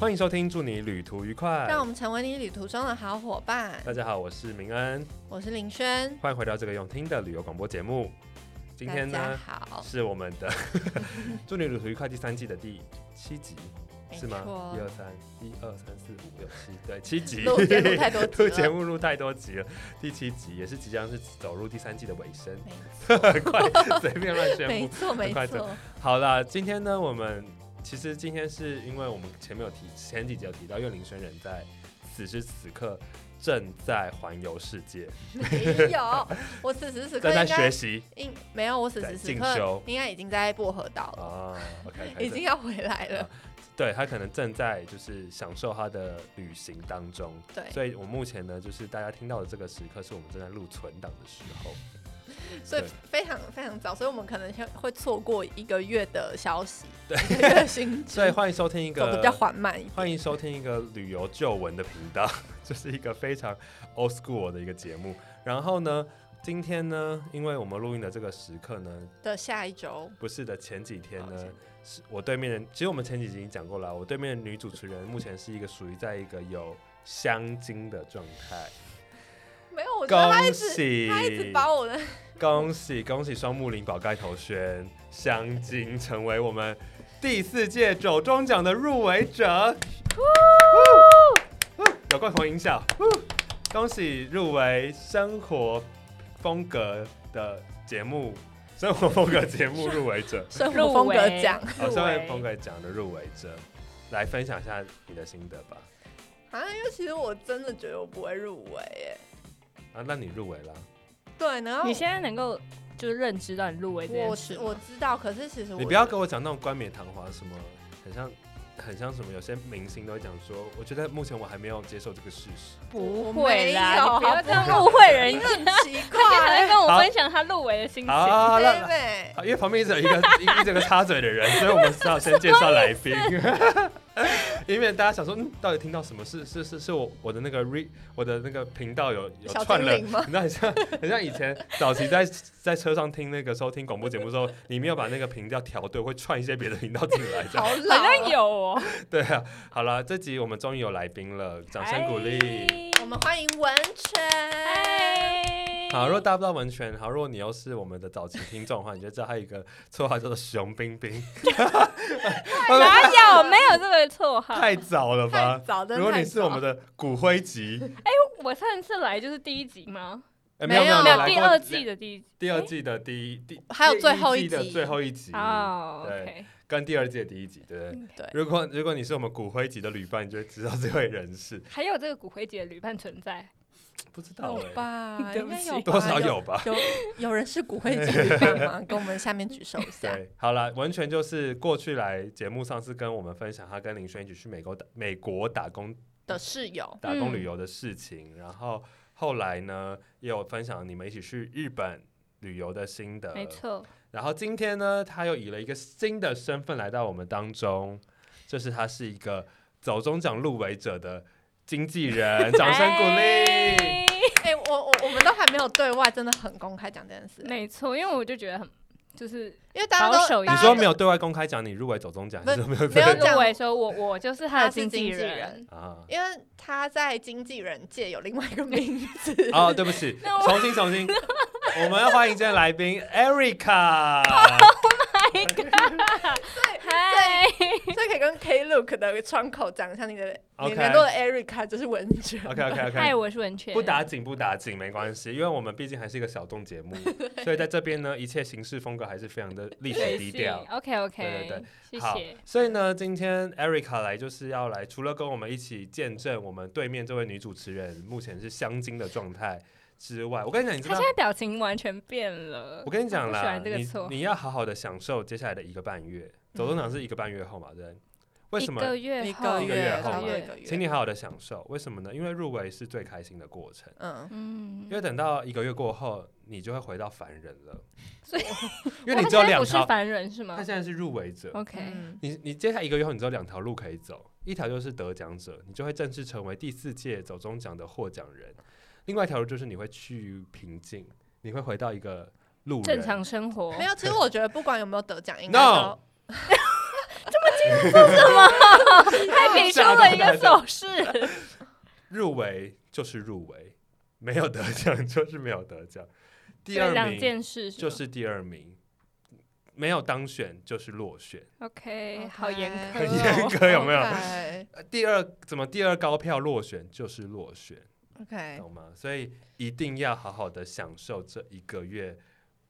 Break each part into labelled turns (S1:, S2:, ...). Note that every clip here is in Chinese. S1: 欢迎收听，祝你旅途愉快。
S2: 让我们成为你旅途中的好伙伴。
S1: 大家好，我是明恩，
S2: 我是林轩，
S1: 欢迎回到这个用听的旅游广播节目。今天
S2: 大家
S1: 呢，
S2: 好，
S1: 是我们的 祝你旅途愉快第三季的第七集，
S2: 没
S1: 是吗？
S2: 错
S1: 一二三，一二三四五六七，对，七集。
S2: 录节目太多集
S1: 录
S2: 了，
S1: 节目录太多集了，第七集也是即将是走入第三季的尾声，
S2: 没
S1: 很 快随便乱宣布
S2: 没。错没
S1: 快
S2: 错，
S1: 好啦，今天呢，我们其实今天是因为我们前面有提前几集有提到，因为林轩人在此时此刻正在环游世界，
S2: 没有，我此时此
S1: 正
S2: 刻
S1: 在
S2: 呃应
S1: 学
S2: 该
S1: 习
S2: 应没有，我此时此
S1: 在进
S2: 刻
S1: 修
S2: 应该已经在薄荷岛了，
S1: 啊。OK，
S2: 已经要回来
S1: 哦
S2: 了，
S1: 对他可能正在就是享受他的旅行当中，
S2: 对，
S1: 所以我目前呢，就是大家听到的这个时刻，是我们正在录存档的时候。
S2: 所以
S1: 对
S2: 非常非常早，所以我们可能会错过一个月的消息，一个月薪 资
S1: 所以欢迎收听一
S2: 走
S1: 个
S2: 的比较缓慢一点，
S1: 欢迎收听一个旅游旧闻的频道， 这、是一个非常 old school 的一个节目。然后呢，今天呢，因为我们录音的这个时刻呢，
S2: 的下一周。
S1: 不是的前几天
S2: 好
S1: 呢，是我对面的，其实我们前几集已经讲过了，我对面的女主持人目前是一个属于在一个有香精的状态。
S2: 没有，我觉得他一
S1: 恭
S2: 直
S1: 喜！
S2: 他一直把我的，
S1: 恭喜恭喜双木林宝盖头轩香精成为我们第四届走中奖的入围者。呜有共同音效。呜恭喜入围生活风格的节目，生活风格节目入围 者
S2: 生活风格奖，
S1: 哦，
S3: 入
S1: 生活
S3: 围
S1: 风格奖的入围者，来分享一下你的心得吧。
S2: 啊，因为其实我真的觉得我不会入围耶。
S1: 啊，那你入围了，
S2: 对，然后
S3: 你现在能够就是认知到你入围这件
S2: 我
S3: 事吗
S2: 我知道，可是其实我
S1: 你不要跟我讲那种冠冕堂皇什么，很像很像什么，有些明星都会讲说，我觉得目前我还没有接受这个事实。
S2: 我
S3: 不
S2: 没
S3: 会啦，
S2: 有
S3: 你不
S2: 好
S3: 要
S2: 不
S3: 这样
S2: 好
S3: 误会人
S2: 你
S3: 家。
S2: 很奇
S3: 他 还
S2: 怪
S3: 在，跟我
S1: 好
S3: 分享他入围的
S2: 嗯
S3: 心情。
S1: 好，好
S2: 对
S1: 那
S2: 对，
S1: 好因为旁边一直有一个一个这个插嘴的人，所以我们只好先介绍来宾， 以免大家想说，嗯，到底听到什么是是是是我我的那个 re 我的那个频道有有
S2: 小
S1: 串
S2: 精
S1: 了，
S2: 灵
S1: 你
S2: 吗？
S1: 知道很像很像以前早期在在车上听那个收听广播节目的时候，你没有把那个频道调对，会串一些别的频道进来这样。
S2: 好
S3: 好
S2: 老，
S3: 像。有哦，
S1: 对啊，好了，这集我们终于有来宾了，掌声鼓励。
S2: 我们欢迎文泉，
S3: 嗨。
S1: 好，如果大家不知道文泉，好，如果你又是我们的早期听众的话，你就知道他有一个绰号叫做熊冰 冰，
S3: 哪有没有这个绰号？
S1: 太早了
S2: 太
S1: 吧？
S2: 早的，
S1: 如果你是我们
S2: 的，
S1: 的骨灰级，
S3: 我上次来就是第一集吗？
S1: 哎
S2: 没有
S1: 有
S2: 没
S1: 没
S2: 有
S1: 来
S3: 第
S1: 过
S3: 二季的第一集
S1: 第二季的第一第
S2: 还有
S1: 第
S2: 最后一
S1: 季的
S2: 集啊
S1: 最后一集
S3: 哦。
S1: 对
S3: OK，
S1: 跟第二季的第一集，对不对？
S2: 对，
S1: 如果如果你是我们骨灰级的旅伴，你就会知道这位人士，
S3: 还有这个骨灰级的旅伴存在，
S1: 不知道
S2: 有
S1: 哎、
S2: 吧？
S3: 对
S2: 应
S3: 不
S2: 该
S3: 起
S2: 有吧
S1: 多少
S2: 有
S1: 有吧？
S2: 有有人是骨灰级旅 伴吗？跟我们下面举手一下。
S1: 对，好了，完全就是过去来节目上次跟我们分享他跟林轩一起去美国打美国打工
S2: 的室友，
S1: 打工
S3: 嗯
S1: 旅游的事情，然后后来呢也有分享你们一起去日本旅游的心得，
S3: 没。错，
S1: 然后今天呢，他又以了一个新的身份来到我们当中，就是他是一个走中奖入围者的经纪人，掌声鼓励。
S3: 哎
S2: 哎，我我我们都还没有对外，真的很公开讲这件事，
S3: 没错，因为我就觉得很就是
S2: 因为大家
S3: 保
S2: 都
S3: 守
S1: 你
S3: 一
S2: 大家
S1: 说
S2: 都
S1: 没有对外公开讲你入围走中奖，
S2: 不
S1: 你说没有
S2: 没有
S1: 对
S2: 这样
S3: 入围说我我就是他
S2: 他
S3: 的
S2: 是
S3: 经纪
S2: 经纪
S3: 人
S2: 人，
S1: 啊？
S2: 因为他在经纪人界有另外一个名 字，
S1: 哦，对不起，
S3: 那我
S1: 重新重 新，我们要欢迎今天来宾 Erica。
S3: 嗨，
S2: 所以可以跟 K Look 的窗口讲一下你的
S1: OK
S2: 你联络的 Erica 就是文娟，
S1: OK OK
S3: 嗨，
S1: OK，
S3: 我是文泉，
S1: 不打紧不打紧，没关系，因为我们毕竟还是一个小众 节目，所以在这边呢，一切行事风格还是非常的历史低调。
S3: OK OK，
S1: 对对
S3: 谢
S1: 好
S3: 谢。，
S1: 所以呢，今天 Erica 来就是要来，除了跟我们一起见证我们对面这位女主持人目前是香精的状态之外，我跟你讲，你知
S3: 他
S1: 道
S3: 现，在表情完全变了
S1: 我。跟你讲
S3: 我不喜
S1: 啦，
S3: 欢这个
S1: 你
S3: 错
S1: 你要好好的享受接下来的一个半月，走动场是一个半月后嘛，对不对？为什么
S3: 一？个月后，
S1: 一个月后
S2: 差不多
S1: 嘛
S2: 一个月，
S1: 请你好好的享受，为什么呢？因为入围是最开心的过程。
S2: 嗯，
S3: 嗯
S1: 因，为等到一个月过后，你就会回到凡人了。
S3: 所以，
S1: 因为你只有两
S3: 我现
S1: 条
S3: 在不是，凡人哦是
S1: 他
S3: 吗
S1: 现在是入围者。
S3: ？OK，
S2: 嗯
S1: 你你接下来一个月后，你只有两条路可以走，一条就是得奖者，你就会正式成为第四届走中奖的获奖人；，另外一条路就是你会趋于平静，你会回到一个路人。
S3: 正常生活
S2: 嗯 没。有，其实我觉得不管有没有得奖，应该
S1: No，
S2: 都
S3: 还比出了一个手势，
S1: 入围就是入围，没有得奖就是没有得奖。第
S3: 对
S1: 二
S3: 两
S1: 名
S3: 件事
S2: 啊
S3: 吗
S1: 就是第二名，没有当选就是落选。
S3: OK，
S2: OK
S3: 好严苛
S1: 很
S3: 哦，
S1: 严格有没有？
S2: OK，,
S1: 呃第二怎么第二高票落选就是落选，
S2: OK
S1: 懂吗？所以一定要好好的享受这一个月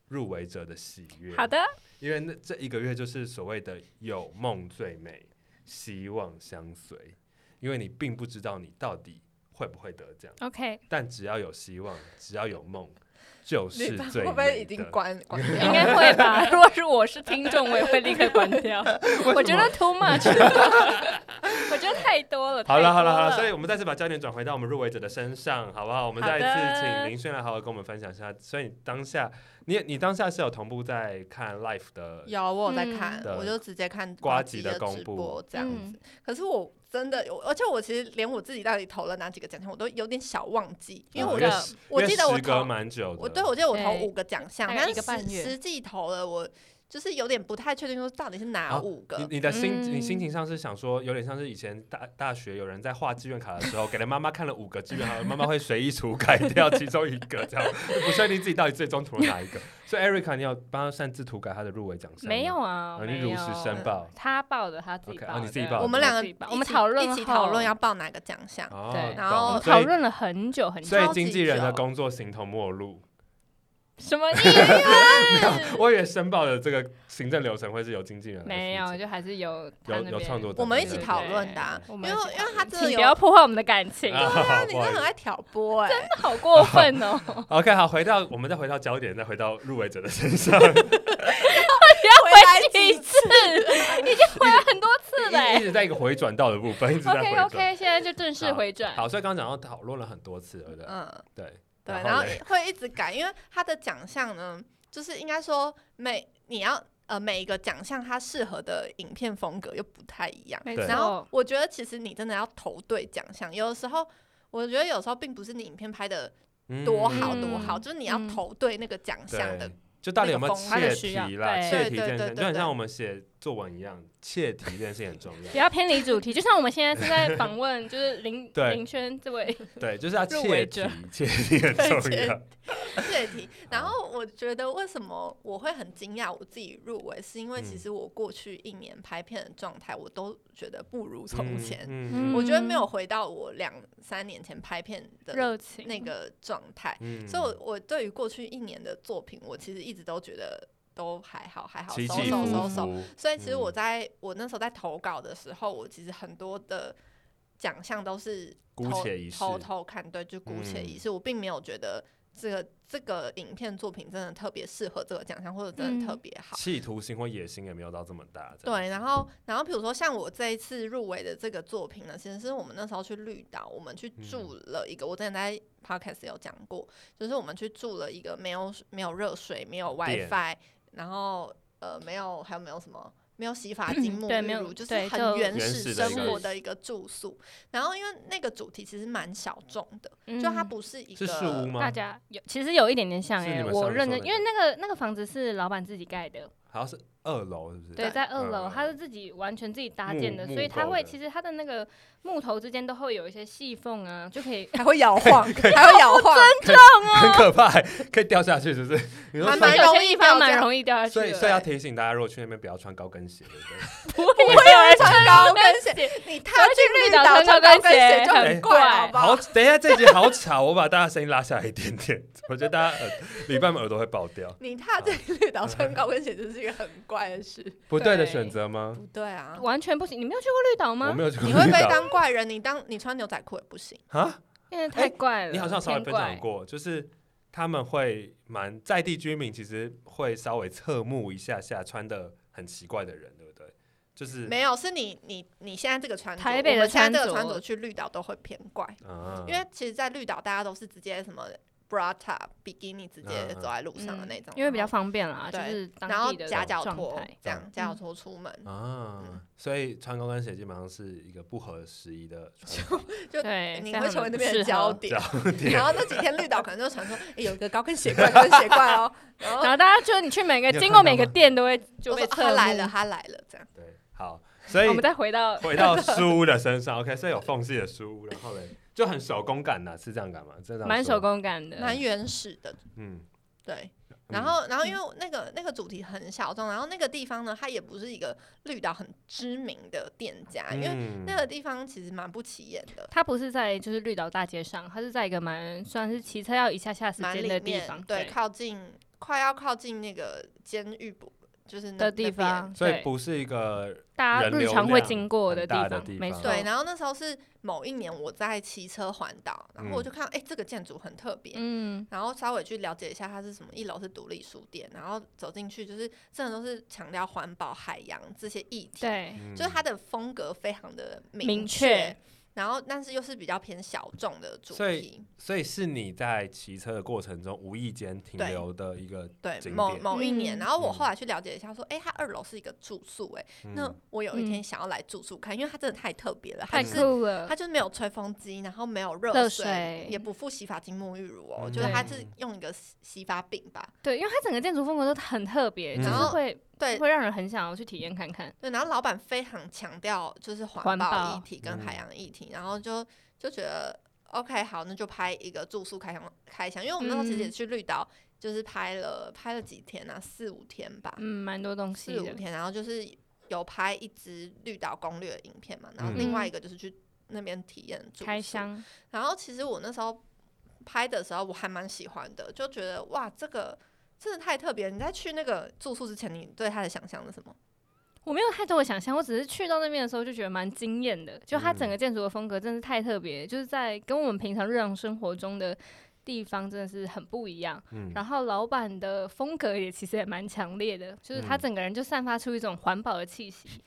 S1: 入围者的喜悦。
S3: 好，的，
S1: 因为那这一个月就是所谓的有梦最美，希望相随。因为你并不知道你到底会不会得奖，
S3: OK，
S1: 但只要有希望，只要有梦，就是
S2: 你
S1: 最
S2: 会
S1: 美
S2: 不会已经
S1: 的
S2: 关关掉？
S3: 应该会吧？ 如果是我是听众，我也会立刻关 掉。我觉得 too much，我觉得太多了。
S1: 好了
S3: 太多了，
S1: 好了好了，所以我们再次把焦点转回到我们入围者的身上，好不好？我们再一次
S3: 好的
S1: 请林轩来好好跟我们分享一下。所以你当下，你你当下是有同步在看 Life 的，呃
S2: 有，我有在
S3: 嗯
S2: 看，
S1: 的
S2: 我就直接看
S1: 瓜
S2: 吉
S1: 吉的公
S2: 直
S1: 布
S2: 播这样
S3: 嗯
S2: 子。可是我真的，我而且我其实连我自己到底投了哪几个奖项，我都有点小忘记，因为
S1: 哦
S2: 我
S3: 觉
S1: 因
S3: 得
S1: 时
S2: 我
S1: 因为
S2: 记得我
S1: 时隔
S2: 投，
S1: 蛮久的，
S2: 我对我记得我投
S3: 对
S2: 五个奖项，
S3: 大概
S2: 但
S3: 一个半
S2: 实
S3: 月
S2: 实际投了我就是有点不太确定，说到底是哪
S1: 啊
S2: 五个。
S1: 你你的心、
S3: 嗯
S1: 你心情上是想说，有点像是以前大大学有人在画志愿卡的时候，给了妈妈看了五个志愿卡，妈妈会随意涂改掉其中一个，这样 不确定自己到底最终涂了哪一个。所以 Erica，你有帮她擅自涂改她的入围奖项？
S3: 没有，啊
S1: 啊，，你
S3: 没有
S1: 如实申报。
S3: 他报的，他自己
S1: OK，
S3: 报
S1: 啊
S3: 的。
S1: 你自己报的
S2: 我们两个
S3: 自己报
S2: 一
S3: 我们
S2: 起
S3: 讨论
S2: 一起讨
S3: 后
S2: 论要报哪个奖项。
S1: 哦
S3: 对
S2: 然后
S1: 懂所以
S3: 讨论了很久很久
S1: 所，以
S2: 超级
S1: 经纪人的
S2: 久
S1: 工作形同陌路。
S3: 什么意思？
S1: 我以为申报的这个行政流程会是由经纪人来
S3: 没
S1: 负
S3: 有，
S1: 责
S3: 就还是有他
S1: 有
S3: 那
S1: 有
S3: 边
S1: 创作者
S2: 我们一
S1: 在
S2: 起
S1: 那边
S2: 讨论的啊，
S3: 我
S2: 因
S3: 们
S2: 为
S3: 一起
S2: 因为他真
S3: 请
S2: 的
S3: 不
S2: 有
S3: 要破坏我们的感情，
S1: 啊
S2: 啊，你
S1: 不好
S2: 真的很
S1: 意
S2: 爱挑拨哎、
S3: 好过分 哦！
S1: 思 OK，好，回到我们再回到焦点，再回到入围者的身 上，
S2: 回来
S3: 回几
S2: 几
S3: 次， 已经回了很多次了
S1: 一
S3: 欸。
S1: 直在一个回转到的部分，一直在回
S3: OK
S1: 转。
S3: OK，现在就正式回转。
S1: 好，所以刚刚讲到讨论了很多次，对不对？
S2: 嗯。
S1: 对
S2: 对，
S1: 然
S2: 然后
S1: 嘞
S2: 会一直改，因为它的奖项呢，就是应该说每你要呃每一个奖项它适合的影片风格又不太一样。
S3: 没
S1: 对
S2: 然后
S3: 错，
S2: 我觉得其实你真的要投对奖项，有的时候我觉得有时候并不是你影片拍的多好
S1: 嗯
S2: 多好，就是你要
S3: 嗯
S2: 投对那个奖项的
S1: 对。就到底有没有
S2: 那
S1: 切
S3: 个风
S1: 题啦？
S3: 它的
S2: 要
S3: 需
S1: 切题这件
S2: 对
S1: 事
S2: 对对对
S1: 情，就很
S2: 对
S1: 像我们写作文一样，切题这件事情很重要
S3: 不。要偏离主题。就像我们现在是在访问， 就是林
S1: 对
S3: 林轩 这位，
S1: 对，就是要
S3: 入
S1: 切
S3: 围
S1: 题
S3: 者，
S1: 切题很
S2: 对
S1: 重
S2: 切
S1: 要。
S2: 对题。然后我觉得为什么我会很惊讶我自己入围，是因为其
S1: 嗯
S2: 实我过去一年拍片的状态，我都觉得不如从
S1: 嗯
S2: 前。
S1: 嗯
S2: 我觉得没有回到我两三年前拍片的
S3: 热情
S2: 那个状态，
S1: 嗯
S2: 所以我，我对于过去一年的作品，我其实一直都觉得都还好，还好，
S1: 起
S2: 收
S1: 起
S2: 收
S1: 伏
S2: 收收。
S1: 伏，
S2: 所以，其实
S1: 嗯
S2: 我在、我那时候在投稿的时候，我其实很多的奖项都是
S1: 姑
S2: 偷
S1: 且一试嗯
S2: 偷偷看，对，就姑且一试。我并没有觉得这个这个影片作品真的特别适合这个奖项，或者真的特
S3: 嗯
S2: 别好。
S1: 企图心或野心也没有到这么大。这样
S2: 对，然后然后比如说像我这一次入围的这个作品呢，其实是我们那时候去绿岛，我们去
S1: 嗯
S2: 住了一个，我之前在 podcast 有讲过，就是我们去住了一个没有没有热水、没有
S1: 店
S2: WiFi，然后呃没有还有没有什么。没有洗发 精、沐
S3: 对
S2: 浴
S3: 没有
S2: 乳，就是
S3: 对
S2: 很
S3: 就
S2: 原
S1: 原
S2: 始
S1: 始的
S2: 生
S1: 一个
S2: 活的一个住宿。然后，因为那个主题其实蛮小众的，
S3: 嗯
S2: 就它不是一个
S1: 是树屋吗？
S3: 大家有其实有一点点像
S1: 是你
S3: 哎，
S1: 们
S3: 我
S1: 上次
S3: 认
S1: 说
S3: 真，
S1: 那
S3: 因为那个那个房子是老板自己盖的，
S1: 好像是二楼，是不是？
S3: 对，
S2: 对
S3: 在二
S1: 嗯
S3: 楼，
S1: 嗯
S3: 它是自己完全自己搭
S1: 木
S3: 建的，
S1: 木
S3: 所以它
S1: 构
S3: 会
S1: 的
S3: 其实它的那个木头之间都会有一些细缝啊，就可以
S2: 还会摇晃，还会摇晃，
S1: 很可怕，可以掉下去，是不是？你说
S2: 慢
S1: 所
S2: 慢
S1: 以
S2: 啊蛮
S3: 有
S2: 容
S3: 些
S2: 易
S3: 地
S2: 掉
S3: 方蛮
S2: 价
S3: 容易掉下去
S1: 所以
S3: 的。
S2: 欸
S1: 所以要提醒大家，如果去那边不要穿高跟鞋，对不对？
S3: 不会
S2: 不
S3: 有
S2: 会有人
S3: 人
S2: 穿高跟 鞋，你踏
S3: 要去
S2: 去
S3: 绿
S2: 绿
S3: 岛
S2: 岛
S3: 穿
S2: 穿高
S3: 高跟
S2: 跟
S3: 鞋
S2: 鞋就
S1: 很
S2: 很怪，
S3: 怪
S2: 好不
S1: 好
S2: 好？，
S1: 等一下这集好吵，我把大家声音拉下来一点点。我觉得大家耳礼拜们耳朵会爆掉，
S2: 你踏进绿岛穿高跟鞋，这是一个很怪的事。
S1: 不对的
S3: 对
S1: 选择吗？
S2: 不对啊，
S3: 完全不行。你没有去过绿岛
S1: 我
S3: 吗
S1: 没？有去过
S2: 你会
S1: 绿
S2: 被
S1: 岛
S2: 当怪人，你当你穿牛仔裤也不行。
S1: 啊，
S3: 因为太怪了。
S1: 你好像稍微
S3: 偏
S1: 分享
S3: 怪，
S1: 过，就是他们会蛮在地居民，其实会稍微侧目一下下穿的很奇怪的人，对不对？就是
S2: 没有，是你你你现在这个穿着，
S3: 台北的
S2: 我们现在这个
S3: 穿着
S2: 穿着去绿岛都会偏怪，
S1: 啊
S2: 因为其实，在绿岛大家都是直接什么 bra top、比基尼直接走在路上的那种，
S3: 嗯因为比较方便啦，就
S2: 对
S3: 是当
S2: 然后
S3: 地的
S2: 夹脚
S3: 状
S2: 拖
S3: 态。
S2: 这样，夹脚拖出门
S1: 啊
S2: 嗯，
S1: 所以穿高跟鞋基本上是一个不合时宜的穿法
S2: 就
S3: 对，
S2: 你
S3: 非
S2: 会
S3: 常
S2: 成为
S3: 的
S2: 那边
S3: 不
S2: 的
S3: 适合
S2: 焦点。
S1: 焦点
S2: 然。后那几天绿岛可能就传说，哎、有一个高跟鞋怪，高跟鞋怪哦。然后
S3: 然后大家就是你去每个
S1: 你有
S3: 经
S1: 看
S3: 过
S1: 到
S3: 每个
S1: 吗
S3: 店都会
S2: 就说
S3: 就
S2: 啊
S3: 被
S2: 他
S3: 测
S2: 来了，，他来了，这样
S1: 对，好， 所以
S3: 我们再回到
S1: 回到书屋的身上，OK，所以有缝隙的书屋，然后嘞就很手工感呐、是这样感吗？这样
S3: 蛮
S1: 说
S3: 手，工感的，
S2: 蛮原始的，
S1: 嗯，
S2: 对。然后，然后
S3: 嗯
S2: 因为那个那个主题很小众，然后那个地方呢，它也不是一个绿岛很知名的店家，啊因为
S1: 嗯
S2: 那个地方其实蛮不起眼的，
S3: 它不是在就是绿岛大街上，它是在一个蛮算是骑车要一下下时
S2: 蛮
S3: 间
S2: 里
S3: 的地
S2: 面
S3: 方，
S2: 对，靠近快要靠近那个监狱部，就是那
S3: 的地，方，
S1: 所以
S3: 对
S1: 不是一个
S3: 大家
S1: 人
S3: 日
S1: 流
S3: 常会
S1: 量
S3: 经过
S1: 很
S3: 的
S1: 大的
S3: 方
S1: 地，
S3: 没
S1: 方
S3: 错，
S2: 那边对。然后那时候是某一年我在骑车环岛，然后我
S1: 嗯
S2: 就看到，哎、这个建筑很特别，
S3: 嗯，
S2: 然后稍微去了解一下它是什么，一楼是独立书店，然后走进去就是真的都是强调环保、海洋这些议题，，
S3: 对，
S1: 嗯
S2: 哎就是它的风格非常的
S3: 明
S2: 确
S3: 确，
S2: 然后但是又是比较偏小众的主
S1: 所以
S2: 题，
S1: 所以是你在骑车的过程中无意间停
S2: 对
S1: 留的一个，
S2: 对
S1: 景
S2: 某
S1: 点
S2: 某一年，
S3: 嗯
S2: 然后我
S1: 嗯
S2: 后来去了解一下，说，哎、它二楼是一个住宿、哎、
S1: 嗯
S2: 那我有一天
S3: 嗯
S2: 想要来住宿看，因为它真的太特别了，它
S3: 太
S2: 就是
S3: 酷了
S2: 它，就是没有吹风机，然后没有热
S3: 热
S2: 水，
S3: 水
S2: 也不附洗发精、沐浴乳哦，
S1: 嗯
S2: 就是它
S3: 对
S2: 是用一个洗洗发饼吧，
S3: 对，因为它整个建筑风格都很特别，
S1: 嗯
S3: 就是
S2: 然后
S3: 会
S2: 对
S3: 会让人很想要去体验看看，
S2: 对，然后老板非常强调就是环
S3: 环
S2: 保
S3: 保
S2: 议题跟
S1: 嗯
S2: 海洋议题，然后就就觉得 OK 好，那就拍一个住宿开箱开箱，因为我们那时候其实也
S3: 嗯
S2: 去绿岛，就是拍了拍了几天啊，四五天吧，
S3: 嗯，蛮多东西
S2: 四五
S3: 的，
S2: 天，然后就是有拍一支绿岛攻略的影片嘛，然后另
S3: 嗯
S2: 外一个就是去那边体验住
S3: 开
S2: 宿
S3: 箱，
S2: 然后其实我那时候拍的时候，我还蛮喜欢的，就觉得哇，这个真的太特别。你在去那个住宿之前，你对它的想象是什么？
S3: 我没有太多的想象，我只是去到那边的时候就觉得蛮惊艳的，就它
S1: 嗯
S3: 整个建筑的风格真的是太特别，就是在跟我们平常日常生活中的地方真的是很不一样。
S1: 嗯
S3: 然后老板的风格也其实也蛮强烈的，就是他
S1: 嗯
S3: 整个人就散发出一种环保的气息。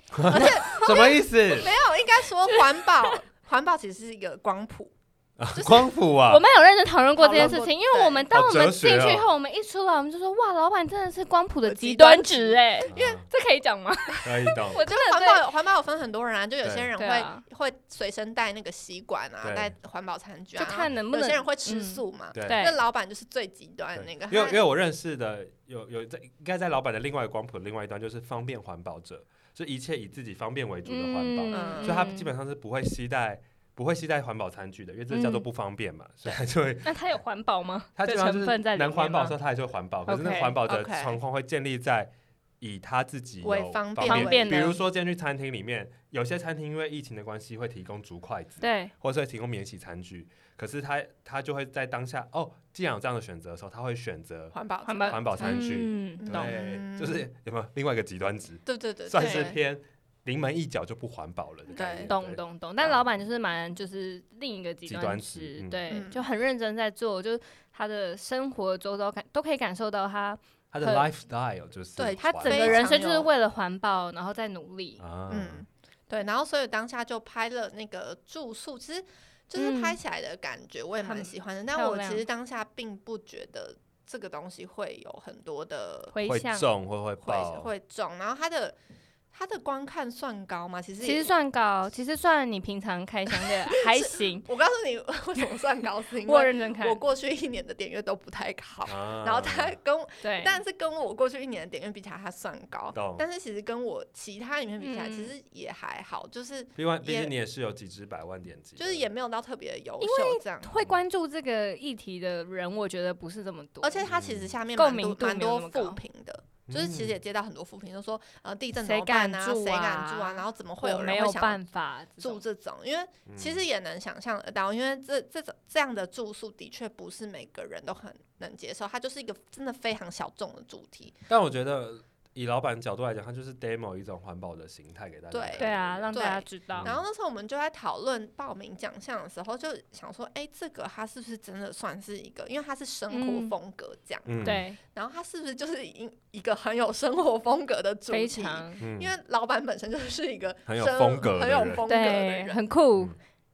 S1: 什么意思？
S2: 没有，应该说环保，环保其实是一个光谱，就 是
S1: 光谱啊
S3: 我，们有认真讨论过这件事
S2: 讨论
S3: 情，
S2: 过
S3: 因为我们
S1: 对
S3: 当我
S1: 好
S3: 们
S1: 哲学
S3: 进
S1: 哦
S3: 去以后，我们一出来我们就说哇，老板真的是光谱的
S2: 极
S3: 极
S2: 端
S3: 端
S2: 值
S3: 值哎、
S1: 因 为
S3: 这可以讲吗？
S1: 可以懂，
S3: 我真的
S2: 环
S3: 对
S2: 保环保有分很多人啊，就有些
S1: 对
S2: 人会、
S3: 对啊
S2: 会随身带那个吸管啊，
S1: 对
S2: 带环保餐具啊，
S3: 就看能不
S2: 有些人
S3: 能
S2: 会吃
S3: 嗯
S2: 素嘛。
S1: 对
S3: 对
S2: 那老板就是最极端的
S1: 对
S2: 那个，
S1: 因为因
S2: 他
S1: 为我认识的有有在应该在老板的另外一个光谱的另外一端就是方便环保者，是一切以自己方便为主的环保，
S2: 嗯
S1: 所以他基本上是不会携带不会携带环保餐具的，因为这叫做
S3: 嗯
S1: 不方便嘛，所以他就会
S2: 嗯
S3: 那它有环保吗？
S1: 他基
S3: 的
S1: 本上就
S3: 成分
S1: 是
S3: 在里
S1: 能
S3: 面
S1: 环保的时
S3: 吗？
S1: 候他还是会环保，可是那
S3: OK，
S1: 环保的
S2: OK
S1: 状况会建立在。以他自己有
S2: 为方
S1: 方
S2: 便
S3: 为方便
S1: 比
S3: 的
S1: 如说今天去餐厅里面，有些餐厅因为疫情的关系会提供竹筷子，
S3: 对，
S1: 或者是提供免洗餐具，可是他他就会在当下哦，既然有这样的选择的时候，他会选择
S2: 环保
S3: 环保
S1: 环保餐具，
S3: 嗯
S2: 嗯
S3: 懂。
S1: 对，
S2: 懂
S1: 就是有没有另外一个极端值，
S2: 对对对，
S1: 算
S2: 对
S1: 是偏临门一脚就不环保了的概念。
S3: 懂
S1: 对，
S3: 懂懂，但老板就是蛮就是另一个极
S1: 极
S3: 端
S1: 端
S3: 值，
S1: 值嗯
S3: 对，
S2: 嗯
S3: 就很认真在做，就是他的生活周遭感都可以感受到他
S1: 他的
S3: 很
S1: lifestyle 就是
S2: 对
S3: 他整
S2: 非
S3: 个人
S2: 常
S3: 生就是
S2: 有
S3: 为了环保然后在努力，
S1: 啊，
S2: 嗯，对，然后所以当下就拍了那个住宿，其实就是拍
S3: 嗯
S2: 起来的感觉我也蛮
S3: 很
S2: 喜欢的，但
S3: 漂
S2: 我其
S3: 亮
S2: 实当下并不觉得这个东西会有很多的
S3: 回
S1: 会
S3: 想
S1: 中会会
S2: 会
S1: 爆，
S2: 会中，然后它的它的观看算高吗？其实
S3: 其
S2: 也
S3: 实算高，其实算你平常开箱 的还行，
S2: 我告诉你 为什么算高，是因
S3: 我
S2: 为
S3: 认真看
S2: 我，过去一年的点阅都不太好，
S1: 啊
S2: 然后它跟
S3: 对，
S2: 但是跟我过去一年的点阅比起来，它算高
S1: 懂，
S2: 但是其实跟我其他影片比起来，其
S3: 嗯
S2: 实也还好，就是
S1: 毕竟毕
S2: 也
S1: 竟你也是有几只百万点击的，
S2: 就是也没有到特别优秀这样。
S3: 会关注这个议题的人，我觉得不是这么多，
S2: 而且它其实下面
S3: 共
S2: 蛮多
S3: 鸣嗯度
S2: 蛮
S3: 没有
S2: 多
S3: 那么
S2: 负
S3: 高
S2: 评的，就是其实
S1: 嗯
S2: 也接到很多负评，就说呃地震怎
S3: 谁
S2: 么办啊，
S3: 敢住
S2: 谁敢
S3: 啊
S2: 住啊，然后怎么会
S3: 我
S2: 有
S3: 没
S2: 人会
S3: 有
S2: 想
S3: 办法
S2: 住
S3: 住
S2: 这种？因为
S1: 嗯
S2: 其实也能想象得到，因为这这种这样的住宿的确不是每个人都很能接受，它就是一个真的非常小众的主题。
S1: 但我觉得以老板角度来讲，他就是 demo 一种环保的形态给大家
S2: 对
S1: 看。
S3: 对啊，让大家
S2: 对
S3: 知
S1: 嗯
S3: 道，
S2: 然后那时候我们就在讨论报名奖项的时候，就想说，哎，这个它是不是真的算是一个？因为它是生活
S3: 嗯
S2: 风格奖，
S1: 嗯，
S3: 对，
S2: 然后它是不是就是一一个很有生活风格的主
S3: 非
S2: 题？
S3: 常
S1: 嗯
S2: 因为老板本身就是一个
S1: 很有
S2: 生
S1: 风格
S2: 很
S1: 的
S2: 有
S1: 人
S2: 风格的
S3: 对，
S2: 人，
S3: 很酷，
S1: 嗯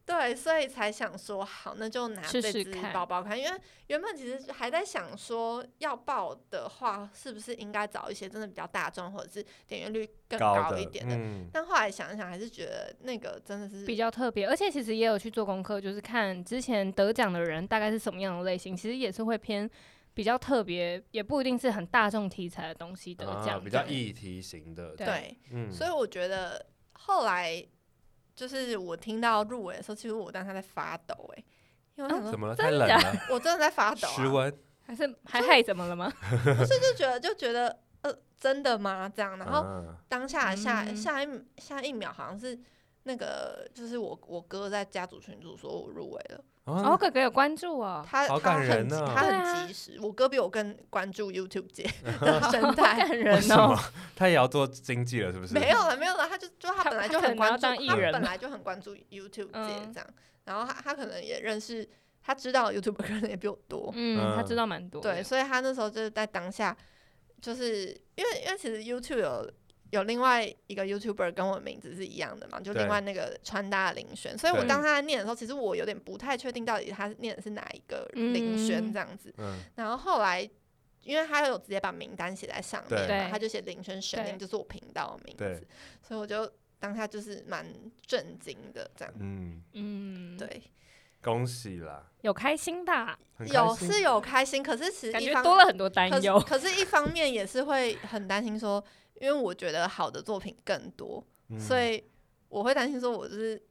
S2: 对，所以才想说好，那就拿这
S3: 试试
S2: 只
S3: 看
S2: 包包看，因为原本其实还在想说要报的话，是不是应该找一些真的比较大众或者是点阅率更高
S1: 的
S2: 一点的。
S1: 嗯
S2: 但后来想一想，还是觉得那个真的是
S3: 比较特别，而且其实也有去做功课，就是看之前得奖的人大概是什么样的类型，其实也是会偏比较特别，也不一定是很大众题材的东西得
S1: 啊
S3: 奖、
S1: 比较
S3: 对
S1: 议题型的，
S3: 对
S2: 对，
S1: 嗯
S2: 所以我觉得后来就是我听到入围的时候，其实我当时在发抖哎、因为我想说
S1: 嗯怎么了？
S3: 真
S1: 太冷
S3: 假
S1: 了，
S2: 我真的在发抖、
S1: 湿
S2: 啊，
S1: 温。
S3: 还是还害怎么了吗？
S2: 不是就觉得就觉得呃真的吗？这样，然后
S1: 啊
S2: 当下下、
S3: 嗯
S2: 下一下一秒好像是那个就是我我哥在家族群组说我入围了，
S3: 哦，
S1: 啊
S3: 哥哥有关注哦，
S2: 他
S1: 好
S2: 他
S1: 感人
S2: 很及
S1: 啊
S2: 他
S3: 对啊
S2: 很及时，我哥比我更关注 YouTube 界的生态，
S3: 感人
S1: 为什
S3: 哦
S1: 么。他也要做经济了？是不是？
S2: 没有了，没有了，他就就他
S3: 他
S2: 本来
S3: 他
S2: 就
S3: 可
S2: 很
S3: 能要
S2: 关注，
S3: 当艺
S2: 他
S3: 人
S2: 本
S3: 了
S2: 来就很关注 YouTube 界
S3: 嗯
S2: 这样，然后他他可能也认识，他知道 YouTube 可能也比我多，
S3: 嗯，他知道蛮多的。
S2: 对，所以他那时候就是在当下，就是因为因为其实 YouTube 有有另外一个 YouTuber 跟我名字是一样的嘛，就
S1: 对
S2: 另外那个穿搭的林轩，所以我
S1: 对
S2: 当他在念的时候，其实我有点不太确定到底他念的是哪一个林
S3: 嗯
S2: 轩这样子，
S1: 嗯，
S2: 然后后来。因为他有直接把名单写在上面
S3: 对
S2: 嘛，他就写林轩神令，
S3: 对
S2: 就是我频道的名
S1: 对
S2: 字，所以我就当下就是蛮震惊的这样。
S1: 嗯，
S3: 嗯，，
S2: 对，
S1: 恭喜啦！
S3: 有开心吧？
S1: 很开
S2: 有
S1: 心
S2: 是有开心，可是其实
S3: 感
S2: 一
S3: 觉
S2: 方
S3: 多了很多担
S2: 可
S3: 忧
S2: 是。可是一方面也是会很担心说，因为我觉得好的作品更多，
S1: 嗯
S2: 所以我会担心说我是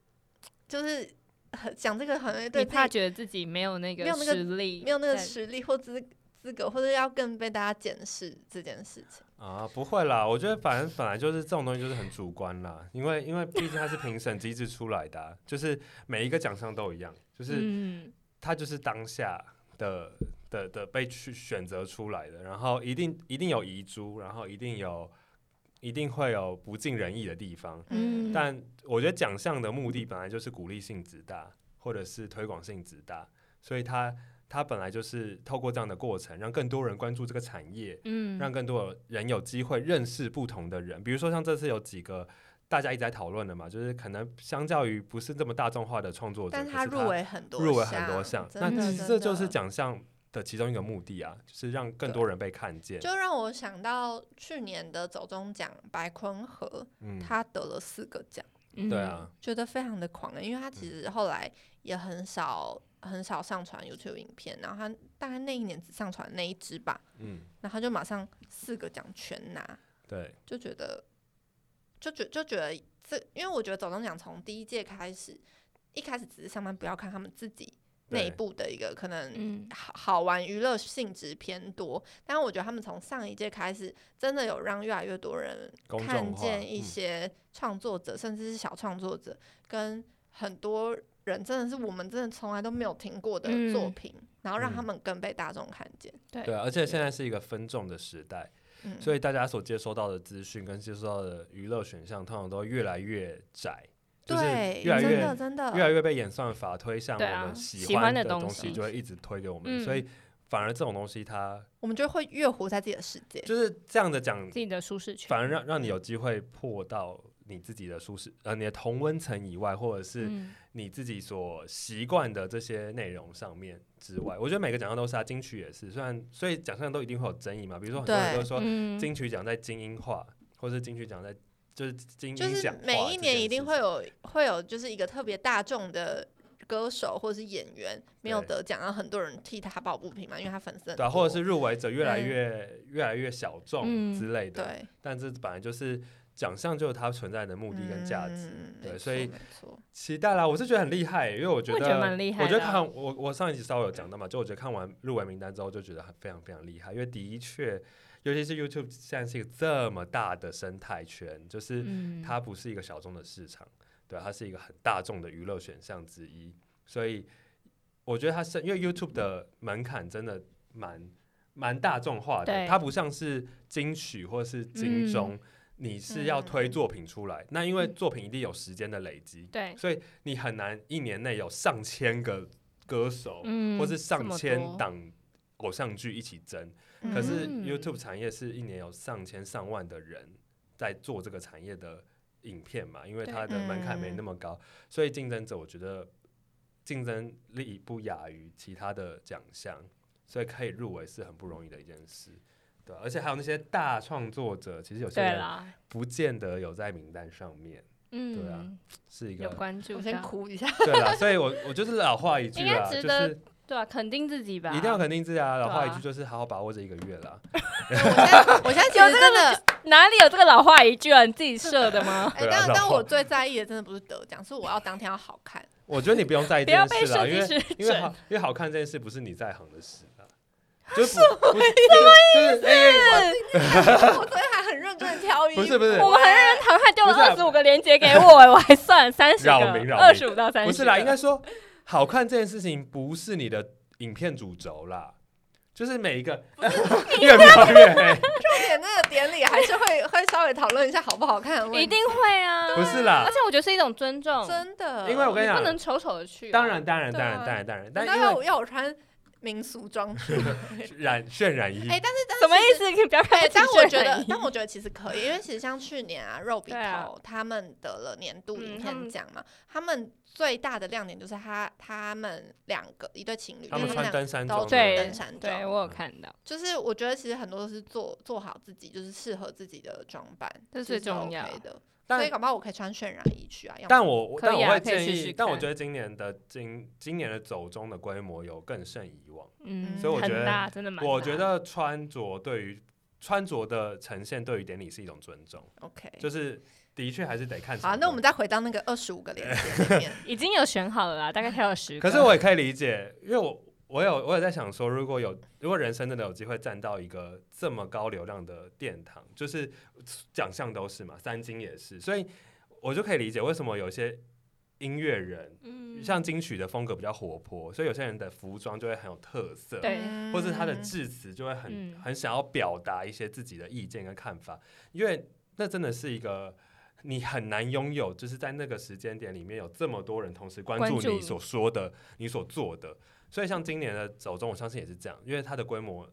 S2: 就是很讲这个好像对自
S3: 你怕
S2: 己
S3: 觉得自己没有那
S2: 没
S3: 个
S2: 有那个
S3: 实力，
S2: 没有那个
S3: 在
S2: 实力或资资格，或者要更被大家检视这件事情。
S1: 啊，不会啦，我觉得反正本来就是这种东西就是很主观啦，因为因为毕竟它是评审机制出来的啊、就是每一个奖项都一样，就是
S3: 嗯，
S1: 它就是当下的的的被去选择出来的，然后一定一定有遗珠，然后一定有一定会有不尽人意的地方，
S3: 嗯
S1: 但我觉得奖项的目的本来就是鼓励性质大，或者是推广性质大，所以它它本来就是透过这样的过程，让更多人关注这个产业，
S3: 嗯，
S1: 让更多人有机会认识不同的人。比如说像这次有几个大家一直在讨论的嘛，就是可能相较于不是这么大众化的创作者，
S2: 但
S1: 可
S2: 是
S1: 是
S2: 他
S1: 他
S2: 入围很多
S1: 入围很多项
S2: 项，，
S1: 那
S2: 真的
S1: 其
S2: 真
S1: 实这就是
S2: 的
S1: 奖项的其中一个目的啊，就是让更
S2: 对
S1: 多人被看见。
S2: 就让我想到去年的走中奖白坤和，
S1: 嗯，
S2: 他得了四个奖。
S3: 嗯
S1: 对，啊，
S2: 觉得非常的狂欸因为他其实后来也很少很少上传 YouTube 影片，然后他大概那一年只上传那一支吧，
S1: 嗯，
S2: 然后他就马上四个奖全拿，
S1: 对，
S2: 就觉得就觉就觉得这，因为我觉得走中奖从第一届开始，一开始只是上班不要看他们自己
S1: 对
S2: 内部的一个可能
S3: 嗯
S2: 好好玩娱乐性质偏多，但我觉得他们从上一届开始，真的有让越来越多人
S1: 公众
S2: 看
S1: 化
S2: 见一
S1: 嗯
S2: 些创作者，甚至是小创作者，跟很多人真的是我们真的从来都没有听过的
S3: 嗯
S2: 作品，然后让他
S1: 嗯
S2: 们更被大众看见。
S1: 对啊，而且现在是一个分众的时代。
S2: 嗯，
S1: 所以大家所接收到的资讯跟接收到的娱乐选项，通常都越来越窄，就是
S2: 对，
S1: 越来
S2: 真
S1: 越
S2: 的真的
S1: 越来越被演算法推向我
S3: 对啊
S1: 们
S3: 喜
S1: 喜
S3: 欢
S1: 欢
S3: 的
S1: 的
S3: 东
S1: 东
S3: 西
S1: 西，就会一直推给我
S3: 嗯
S1: 们。所以反而这种东西，它
S2: 我们就会越活在自己的世界。
S1: 就是这样的讲
S3: 自，己的舒适圈，
S1: 反而让让你有机会破到你自己的舒适呃你的同温层以外，或者是
S3: 嗯
S1: 你自己所习惯的这些内容上面之外。我觉得每个奖项都是啊，金曲也是，虽然所以奖项都一定会有争议嘛，比如说很多人
S2: 对
S1: 都说
S3: 嗯
S1: 金曲奖在精英化，或是金曲奖在就是精
S2: 就
S1: 英
S2: 是
S1: 奖化
S2: 每一
S1: 这
S2: 年
S1: 件
S2: 一定
S1: 事
S2: 会
S1: 情
S2: 有会有就是一个特别大众的歌手或者是演员没有
S1: 对
S2: 得奖，然后很多人替他抱不平嘛，因为他粉丝很
S1: 对、啊，或者
S2: 多
S1: 是入围者越来
S2: 嗯
S1: 越、越来越小众
S3: 嗯
S1: 之类的。
S2: 对
S1: 但这本来就是奖项，就是它存在的目的跟价值。
S2: 嗯
S1: 对
S2: 没
S1: 所
S2: 错
S1: 以
S2: 没错
S1: 期待啦，我是觉得很厉害，因为我觉
S3: 我
S1: 得
S3: 也觉得蛮厉害
S1: 我觉得
S3: 的啊
S1: 看我我上一集稍微有讲到嘛，就我觉得看完入围名单之后，就觉得很非常非常厉害，因为的确，尤其是 YouTube 现在是一个这么大的生态圈，就是。
S3: 嗯
S1: 它不是一个小众的市场，对，啊它是一个很大众的娱乐选项之一。所以我觉得它是因为 YouTube 的门槛真的蛮蛮大众化
S3: 对
S1: 的，它不像是金曲或是金钟，你是要推
S2: 嗯
S1: 作品出来，那因为
S3: 嗯
S1: 作品一定有时间的累积，
S3: 对，
S1: 所以你很难一年内有上千个歌手、
S3: 嗯，
S1: 或是
S3: 这
S1: 上
S3: 么
S1: 千
S3: 多，
S1: 档偶像剧一起争。
S2: 嗯
S1: 可是
S3: 嗯
S1: YouTube 产业是一年有上千上万的人在做这个产业的影片嘛，因为
S3: 对嗯
S1: 它的门槛没那么高，所以竞争者我觉得竞争力不亚于其他的奖项，所以可以入围是很不容易的一件事。对啊，而且还有那些大创作者，其实有些
S3: 对
S1: 人
S3: 啦，
S1: 不见得有在名单上面，对啊
S3: 嗯，
S1: 是一
S3: 有
S1: 个
S3: 关注
S2: 嗯我
S3: 到，
S2: 先哭一下，
S1: 对啦，所以我我就是老话一句
S3: 应该
S1: 啦，
S3: 值
S1: 就
S3: 得
S1: 是
S3: 对啊，肯定自己吧，
S1: 一定要肯定自己啊！老
S3: 对
S1: 话一
S3: 啊
S1: 句就是好好把握这一个月啦。
S2: 我现在我现 在其实真的，
S3: 哪里有这个老话一句啊？你自己设的 吗？
S2: 哎，
S1: 对啊
S2: 但
S1: 然
S2: 但
S1: 后
S2: 我最在意的真的不是得奖，是我要当天要好看。
S1: 我觉得你不用在意
S3: 不
S1: 这
S3: 要
S1: 件
S3: 被
S1: 事啦，
S3: 设
S1: 因
S3: 计
S1: 为
S3: 师
S1: 因为
S3: 整
S1: 好，因为好看这件事不是你在行的事啊，就是不不是就是就是哎哎
S2: 我昨天还很认真的挑衣服，
S1: 不是不是
S3: 我们很认真谈，还丢了
S1: 不是啊
S3: 二十五个链接给我、 哎，我还算三十个，
S1: 扰民扰民
S3: 二十五到三
S1: 哎
S3: 十，
S1: 不是啦，应该说好看这件事情不是你的影片主轴啦，就是每一个 越描越黑，
S2: 重点那个典礼还是会会稍微讨论一下好不好看的问题，
S3: 一定会啊，
S1: 不是啦
S3: 而。且我觉得是一种尊重，
S2: 真的。
S1: 因为我跟你
S3: 不
S1: 讲，
S3: 能丑丑的去啊、
S1: 当然当然
S2: 对
S1: 当然
S2: 啊
S1: 当然当然，但
S2: 难
S1: 因
S2: 道要
S1: 为
S2: 我要我穿民俗 装去？
S1: 染渲染衣
S2: 哎，但是但是
S3: 什么意思？你不要看
S2: 哎，
S3: 不起
S2: 但我
S3: 渲
S2: 觉
S3: 染
S1: 嗯
S2: 得
S3: 衣，
S2: 但我觉得其实可以，因为其实像去年啊，肉笔
S3: 对啊
S2: 头他们得了年度
S3: 嗯
S2: 影
S3: 他们
S2: 片奖嘛，他们最大的亮点就是他他们两个一对情侣，
S1: 他们
S2: 就是
S1: 穿
S2: 两
S1: 登山
S2: 都
S1: 装，
S3: 对
S2: 登山装
S3: 对我有看到，
S2: 就是我觉得其实很多都是做做好自己，就是适合自己的装扮，
S3: 这
S2: 其实
S3: 最重要
S2: OK 的。
S1: 但
S2: 所以搞不好我可以穿渲染衣去啊，要
S1: 但
S2: 么
S1: 我我
S3: 可以
S1: 但我会
S3: 啊可以
S1: 建
S3: 试
S1: 议
S3: 试，
S1: 但我
S3: 看
S1: 觉得今年的今今年的走中的规模有更胜以往，
S3: 嗯，
S1: 所以我觉得
S3: 很大，真的蛮大，
S1: 我觉得穿着对于穿着的呈现对于典礼是一种尊重，
S2: OK。
S1: 就是的确还是得看。
S2: 好、那我们。再回到那个二十五个链接里面，
S3: 已经有选好了啦，大概挑了十个，
S1: 可是我也可以理解，因为我我有我有在想说，如果有如果人生真的有机会站到一个这么高流量的殿堂，就是奖项都是嘛，三金也是，所以我就可以理解为什么有些音乐人
S3: 嗯
S1: 像金曲的风格比较活泼，所以有些人的服装就会很有特色，
S3: 对
S2: 嗯
S1: 或是他的致辞就会很、
S3: 嗯
S1: 很想要表达一些自己的意见跟看法，因为那真的是一个你很难拥有，就是在那个时间点里面有这么多人同时关
S3: 关
S1: 注
S3: 注
S1: 你所说的、你所做的，所以像今年的走中，我相信也是这样，因为它的规模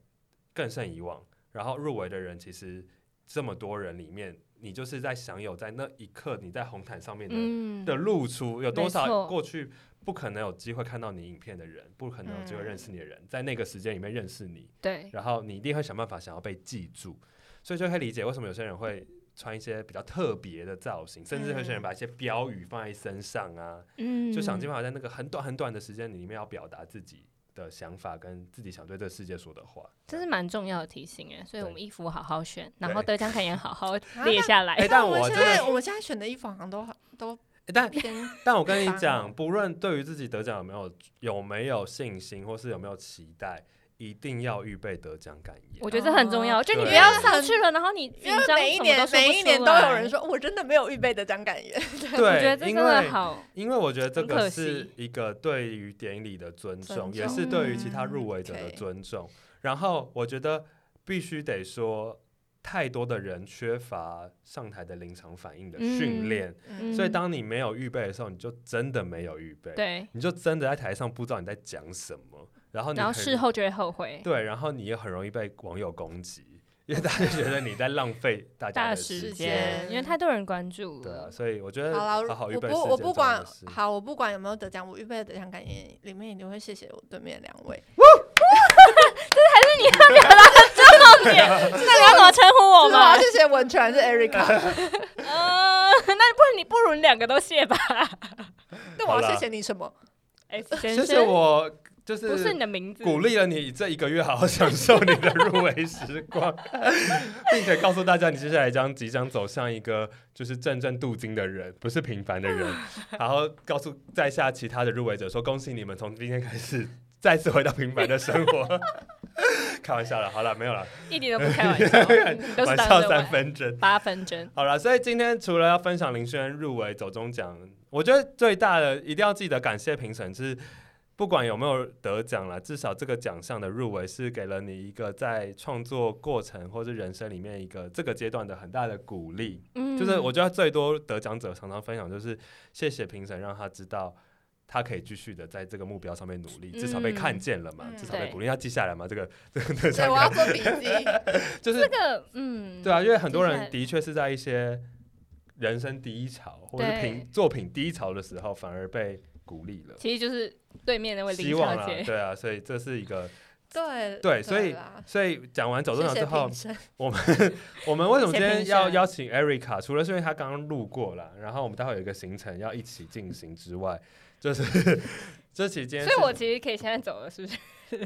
S1: 更胜以往，然后入围的人其实这么多人里面，你就是在享有在那一刻你在红毯上面的
S3: 嗯
S1: 的露出，有多
S3: 没
S1: 少
S3: 错
S1: 过去不可能有机会看到你影片的人，不可能有机会认识你的人，在那个时间里面认识你，
S3: 嗯对，
S1: 然后你一定会想办法想要被记住，所以就可以理解为什么有些人会穿一些比较特别的造型，甚至有些人把一些标语放在身上啊，
S3: 嗯，
S1: 就想尽办法在那个很短很短的时间里面要表达自己的想法跟自己想对这个世界说的话。
S3: 这是蛮重要的提醒哎，所以我们衣服好好选，
S1: 对
S3: 然后得奖感言 好好
S2: 那
S3: 列下来
S1: 哎、。但我
S2: 现
S1: 真
S2: 在
S1: 的，
S2: 我们现在选的衣服好像都都
S1: 但
S2: 偏
S1: 但我跟你
S2: 方
S1: 讲，不论对于自己得奖有没有有没有信心，或是有没有期待，一定要预备得奖感言啊
S3: 我。觉得这很重要，就你不
S1: 哦对
S3: 要上去了，然后你紧
S2: 因为
S3: 张，
S2: 每一年每一年都有人，说，我真的没有预备的张感言。
S3: 我觉
S1: 对，
S3: 得这真
S1: 因
S3: 的
S1: 为
S3: 好，
S1: 因为我觉得这
S3: 很
S1: 个
S3: 可
S1: 是
S3: 惜
S1: 一个对于典礼的尊重，
S2: 尊
S1: 也是
S3: 重
S1: 对于其他
S2: 嗯
S1: 入围者的
S2: ，OK
S1: 尊重。然后我觉得必须得说，太多的人缺乏上台的临场反应的训
S3: 嗯
S1: 练，
S2: 嗯
S1: 所以
S3: 嗯
S1: 当你没有预备的时候，你就真的没有预备。
S3: 对，
S1: 你就真的在台上不知道你在讲什么，然后你
S3: 然后
S1: 很
S3: 事后就会后悔。
S1: 对，然后你也很容易被网友攻击，因为大家觉得你在浪费大家
S3: 大
S1: 的
S3: 时
S1: 间
S2: 间。
S3: 因为太多人关注
S1: 对啊，
S3: 了，
S1: 所以我觉得
S2: 好
S1: 好
S2: 啦，
S1: 好预
S2: 我
S1: 备
S2: 不
S1: 是件
S2: 我
S1: 重要
S2: 不管
S1: 的事
S2: 好，我不管有没有得奖，我预备的得奖感言里面一定会谢谢我对面两 位。
S1: 啊
S3: 那你要怎么称呼我
S2: 就是我要
S3: 们？
S2: 谢谢文泉是 Erica，
S3: 呃， 那不然你不如你两个都谢吧。
S2: 那我
S1: 好
S2: 要
S1: 啦
S2: 谢谢 你什么？
S3: 哎，
S1: 谢
S3: 先
S1: 谢
S3: 生，
S1: 我就
S3: 不是你
S1: 是
S3: 的名字，
S1: 鼓励了你这一个月好好享受你的入围时光， 并且告诉大家你接下来将即将走向一个就是正正镀金的人，不是平凡的人。 然后告诉在下其他的入围者说，恭喜你们从今天开始再次回到平凡的生活。 开玩笑了，好了，没有了，
S3: 一点都不开 玩笑，你都是
S1: 玩
S3: 当
S1: 笑
S3: 真
S1: 三
S3: 玩。
S1: 分真。
S3: 八分真，
S1: 好了，所以今天除了要分享林轩入围走中奖，我觉得最大的一定要记得感谢评审是。不管有没有得奖啦，至少这个奖项的入围是给了你一个在创作过程或是人生里面一个这个阶段的很大的鼓励。
S3: 嗯
S1: 就是我觉得最多得奖者常常分享就是谢谢评审，让他知道他可以继续的在这个目标上面努力，至少被看见了嘛，
S2: 嗯
S1: 至少被
S3: 对
S1: 鼓励。要记下来嘛，这个这个这
S2: 对，我
S1: 个
S2: 要做笔记。
S1: 就是
S3: 这个，嗯，
S1: 对啊，因为很多
S3: 接下
S1: 人
S3: 来
S1: 的确是在一些人生低潮或者
S3: 对
S1: 品作品低潮的时候，反而被鼓励了，
S3: 其实就是对面那位林
S1: 希望
S3: 小
S1: 啊，
S3: 姐，
S1: 对啊，所以这是一个
S2: 对
S1: 对所以
S2: 啦
S1: 所以讲完走动
S2: 谢
S1: 场
S2: 谢
S1: 之后
S2: 评，审
S1: 我们为什么今
S3: 谢谢
S1: 天
S3: 评
S1: 要
S3: 审
S1: 邀请 Erica？除了是因为她刚刚路过了，然后我们待会有一个行程要一起进行之外，就是 这期间，
S3: 所以我其实可以现在走了，是不是？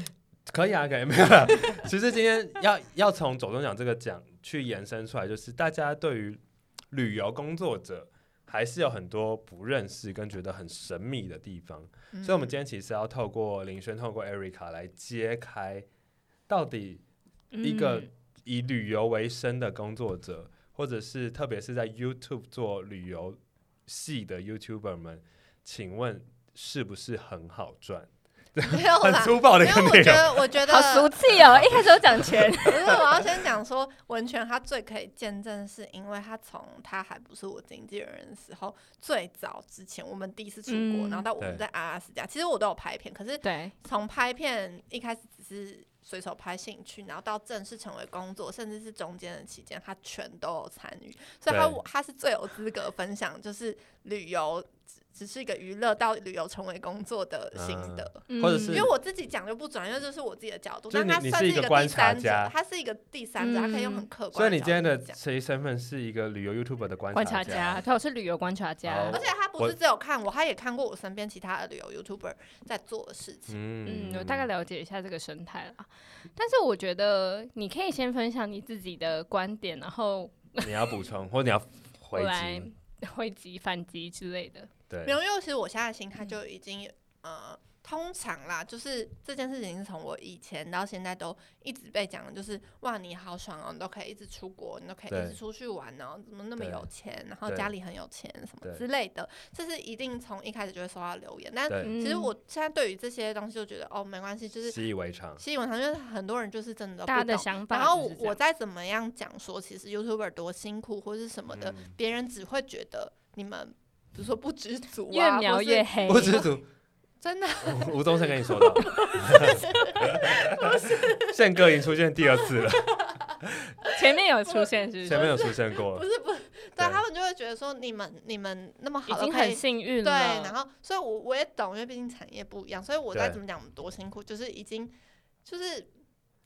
S1: 可以啊，可以没有 啦。其实今天要要从走中奖这个奖去延伸出来，就是大家对于旅游工作者还是有很多不认识跟觉得很神秘的地方，
S2: 嗯
S1: 所以我 们今天其实要透过林轩、透过 Erica 来揭开到底一个
S3: 嗯
S1: 以旅游为生的工作者，或者是特别是在 YouTube 做旅游系的 YouTuber 们，请问是不是很好赚？
S2: 没有
S1: 很
S2: 啦，
S1: 粗暴的
S2: 因
S1: 一个内
S2: 为我觉
S1: 容。
S2: 得，我觉得
S3: 好俗气哦！一开始就讲 钱，
S2: 可是我要先讲说，文泉他最可以见证，是因为他从他还不是我经纪人的时候，最早之前我们第一次出国，
S3: 嗯
S2: 然后到我们
S1: 对
S2: 在阿拉斯加，其实我都有拍片，可是
S3: 对，
S2: 从拍片一开始只是随手拍兴趣，然后到正式成为工作，甚至是中间的期间，他全都有参与，所以他
S1: 对
S2: 他是最有资格分享，就是旅游只只是一个娱乐到旅游成为工作的心得。
S3: 嗯
S1: 或者是
S2: 因为我自己讲就不转，因为这是我自己的角度。
S1: 嗯就是
S2: 但他
S1: 你你
S2: 算
S1: 是一
S2: 一
S1: 个
S2: 个
S1: 观
S2: 第
S1: 察
S2: 三
S1: 家
S2: 者，他是一个第三者，他可以用很
S3: 嗯
S2: 客
S1: 所以
S2: 观。
S1: 你今天的
S2: 讲，
S1: 其实身份是一个旅游 YouTuber 的观
S3: 观
S1: 察
S3: 察家，对，我是旅游观察家
S1: 好
S2: 而。且他不
S1: 我
S2: 是只有看我，他也看过我身边其他的旅游 YouTuber 在做的事情。
S1: 嗯
S3: 嗯，我大概了解一下这个生态啦。但是我觉得你可以先分享你自己的观点，然后
S1: 你要补 充，或者你要
S3: 我
S1: 回
S3: 来
S1: 击，
S3: 回击、反击之类的。
S2: 没
S1: 对，嗯
S2: 有，因为其实我现在的心态就已经有呃，通常啦，就是这件事情是从我以前到现在都一直被讲的，就是哇，你好爽哦，你都可以一直出国，你都可以一
S1: 对
S2: 直出去玩哦，怎么那么
S1: 对
S2: 有钱，然后
S1: 对
S2: 家里很有钱什
S1: 对
S2: 么之类的，这是一定从一开始就会收到留言。但
S1: 对，
S3: 嗯
S2: 其实我现在对于这些东西就觉得哦，没关系，就是
S1: 习以为常，
S2: 习以为常，因为很多人就是真的都
S3: 大家
S2: 不
S3: 的
S2: 懂。
S3: 想法
S2: 然后
S3: 就
S2: 我
S3: 是这
S2: 我
S3: 样，
S2: 再怎么样讲说，其实 YouTuber 多辛苦或是什么的，
S1: 嗯
S2: 别人只会觉得你们比如说不知足
S3: 越
S2: 啊，
S3: 描
S2: 或是
S3: 越黑。
S1: 不知足。
S2: 真的
S1: 吴宗宪跟你说的，宪哥已经出现第二次了，
S3: 前面有出现，是
S1: 前
S3: 不是？
S1: 面有出现过
S2: 不，是不是，对
S1: 对
S2: 他们就会觉得说你们你们那么
S3: 已
S2: 好的
S3: 经
S2: 可
S3: 很
S2: 以。
S3: 幸运
S2: 哦对，
S3: 了。
S2: 然后所以我我也懂，因为毕竟产业不一样，所以我
S1: 对
S2: 再怎么讲我们多辛苦，就是已经就是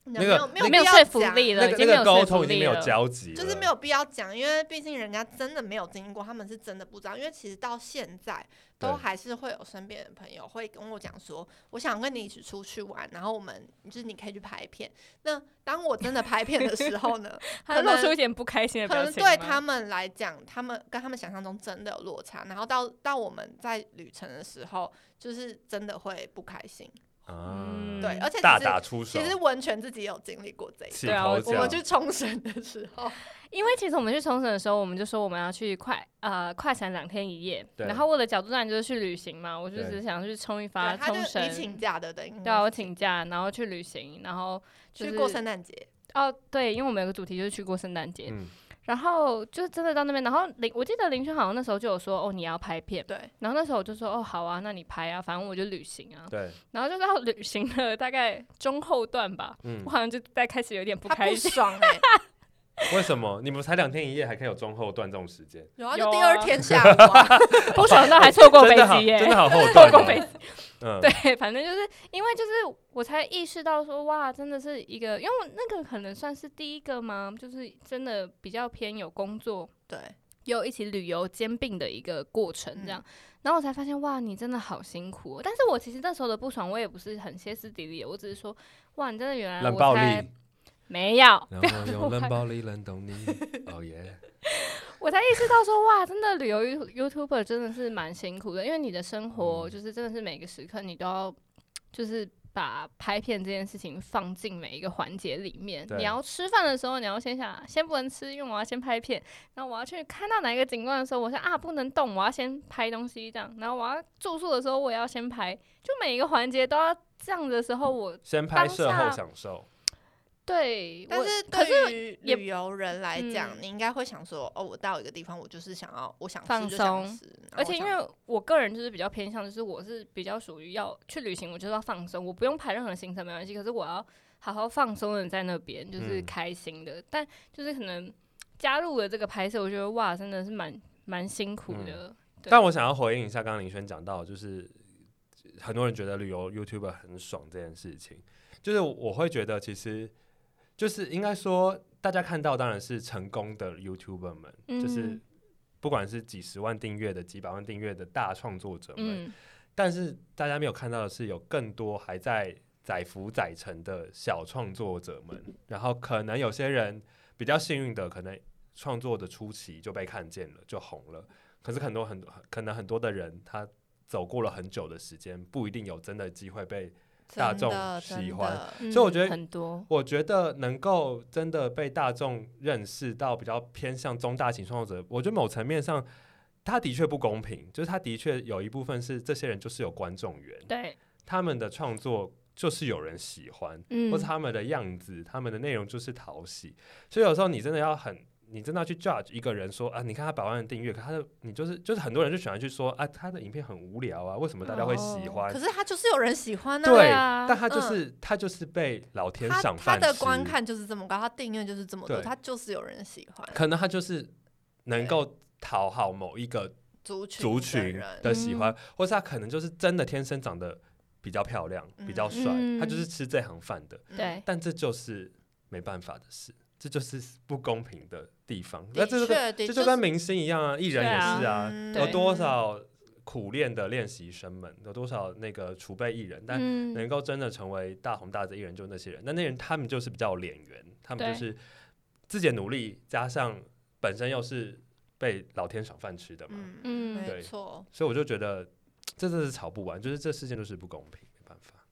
S1: 那
S2: 没
S1: 个
S2: 有没有
S3: 没有
S2: 必要
S3: 说服
S2: 讲
S3: 力了
S1: 那
S3: 已
S1: 个那
S3: 经没
S1: 个
S3: 有说
S1: 沟
S3: 服
S1: 通已经没
S3: 力
S1: 有
S3: 了
S1: 交集，
S2: 就是没有，必要讲，因为毕竟人家真的没有经历过，他们是真的不知道。因为其实到现在，都
S1: 对
S2: 还是会有身边的朋友会跟我讲说，我想跟你一起出去玩，然后我们就是你可以去拍片。那当我真的拍片的时候 呢，
S3: 他
S2: 可能
S3: 露出一点不开心的
S2: 可
S3: 表
S2: 能
S3: 情
S2: 对
S3: 吗。
S2: 他们来讲，他们跟他们想象中真的有落差。然后到到我们在旅程的时候，就是真的会不开心。
S1: 啊，
S3: 嗯
S2: 对，而且
S1: 大
S2: 其
S1: 打
S2: 实
S1: 出手
S2: 其，实文泉自己也有经历过这一段。
S1: 起
S3: 对啊
S1: 头
S3: 我
S2: 我
S1: 这
S2: 们
S1: 样，
S2: 去冲绳的时候，
S3: 因为其实我们去冲绳的时候，我们就说我们要去快呃快闪两天一夜。
S1: 对
S3: 然后我的角度当然就是去旅行嘛，我就
S1: 对
S3: 只想去冲一发
S2: 对，他就
S3: 冲绳
S2: 你。请假的，等于
S3: 对啊，我请假，然后去旅行，然后就
S2: 去
S3: 是
S2: 过圣诞节，
S3: 哦，对，因为我们有个主题就是去过圣诞节，
S1: 嗯，
S3: 然后就真的到那边，然后林我记得林轩好像那时候就有说哦你要拍片，
S2: 对，
S3: 然后那时候我就说哦好啊，那你拍啊，反正我就旅行啊，
S1: 对，
S3: 然后就到旅行的大概中后段吧，
S1: 嗯
S3: 我，好像就在开始有点不
S2: 他
S3: 开
S2: 不
S3: 心，
S2: 爽哎、
S1: 为什么你们才两天一夜，还可以有中后段这种时间？
S2: 然后
S3: 有
S2: 就
S3: 啊
S2: 第二天下午、啊，
S3: 不爽到还错过飞
S1: 真的好，
S3: 机耶，
S1: 真的好后
S3: 错
S1: 段
S3: 过飞
S1: 哦，
S3: 机。
S1: 嗯，
S3: 对，反正就是因为就是我才意识到说哇，真的是一个，因为我那个可能算是第一个吗？就是真的比较偏有工作
S2: 对，
S3: 又一起旅游兼并的一个过程这样。
S1: 嗯
S3: 然后我才发现哇，你真的好辛苦、哦。但是我其实那时候的不爽，我也不是很歇斯底里，我只是说哇，你真的原来
S1: 冷
S3: 呃我
S1: 暴力，
S3: 才没有，
S1: 然后用冷暴力冷冻 你，哦耶，
S3: 我才意识到说，哇，真的旅游 You- YouTuber 真的是蛮辛苦的，因为你的生活
S1: 嗯
S3: 就是真的是每个时刻你都要，就是把拍片这件事情放进每一个环节里面。
S1: 对
S3: 你要吃饭的时候，你要先想，先不能吃，因为我要先拍片。然后我要去看到哪一个景观的时候，我想啊不能动，我要先拍东西这样。然后我要住宿的时候，我也要先拍，就每一个环节都要这样的时候，我
S1: 先拍摄
S3: 当下
S1: 后享受，
S3: 对，
S2: 但
S3: 我
S2: 是
S3: 可是
S2: 对于
S3: 也
S2: 旅游人来讲，
S3: 嗯
S2: 你应该会想说，哦，我到一个地方，我就是想要，我想
S3: 放
S2: 吃就想
S3: 松
S2: 吃，然后
S3: 而且
S2: 我
S3: 因
S2: 想
S3: 为我个人就是比较偏向，就是我是比较属于要去旅行，我就是要放松，我不用排任何行程没关系，可是我要好好放松的在那边，就是
S1: 嗯
S3: 开心的。但就是可能加入了这个拍摄，我觉得哇，真的是蛮蛮辛苦
S1: 嗯
S3: 的。对
S1: 但我想要回应一下刚刚林轩讲到，就是很多人觉得旅游 YouTuber 很爽这件事情，就是我会觉得其实就是应该说，大家看到当然是成功的 YouTuber 们，
S3: 嗯
S1: 就是不管是几十万订阅的、几百万订阅的大创作者们，
S3: 嗯，
S1: 但是大家没有看到的是，有更多还在载浮载沉的小创作者们，然后可能有些人比较幸运的，可能创作的初期就被看见了，就红了。可是很多很多可能很多的人，他走过了很久的时间，不一定有真的机会被。大众喜欢
S2: 欢
S1: 所以我觉得
S4: 很多
S1: 我觉得能够真的被大众认识到比较偏向中大型创作者，我觉得某层面上，他的确不公平，就是他的确有一部分是这些人就是有观众缘，
S3: 对，
S1: 他们的创作就是有人喜欢，
S3: 嗯
S1: 或是他们的样子、他们的内容就是讨喜。所以有时候你真的要很，你真的要去 judge 一个人说啊，你看他百万的订阅，可他的你就是就是很多人就喜欢去说啊，他的影片很无聊啊，为什么大家会喜
S3: 哦
S1: 欢？
S2: 可是他就是有人喜欢呢、
S1: 对，
S3: 啊
S1: 但他就是、他就是被老天
S2: 嗯他
S1: 赏
S2: 他
S1: 饭
S2: 的
S1: 吃
S2: 观看就是这么高，他订阅就是这么多，
S1: 对
S2: 他就是有人喜欢
S1: 可能他就是能够讨好某一个
S2: 族群
S1: 族
S2: 的
S1: 群
S2: 人，嗯
S1: 的喜欢，或是他可能就是真的天生长得比较漂亮、比较帅，
S3: 嗯
S1: 他就是吃这行饭的。
S2: 嗯
S3: 对，
S1: 但这就是没办法的事，这就是不公平的地方。那
S2: 的
S1: 这就跟
S2: 确，的
S1: 这
S2: 确
S1: 就跟明星一样啊，艺人也是啊，
S2: 嗯
S1: 有
S3: 对
S1: 多少苦练的练习生们，有多少那个储备艺人，但
S3: 嗯
S1: 能够真的成为大红大紫艺人，就那些人。那那些人他们就是比较有脸缘，他们
S3: 对
S1: 就是自己的努力加上本身又是被老天赏饭吃的嘛，
S2: 嗯
S3: 嗯
S2: 没
S1: 对
S2: 错，
S1: 所以我就觉得这真的是吵不完，就是这世界就是不公平，没办法。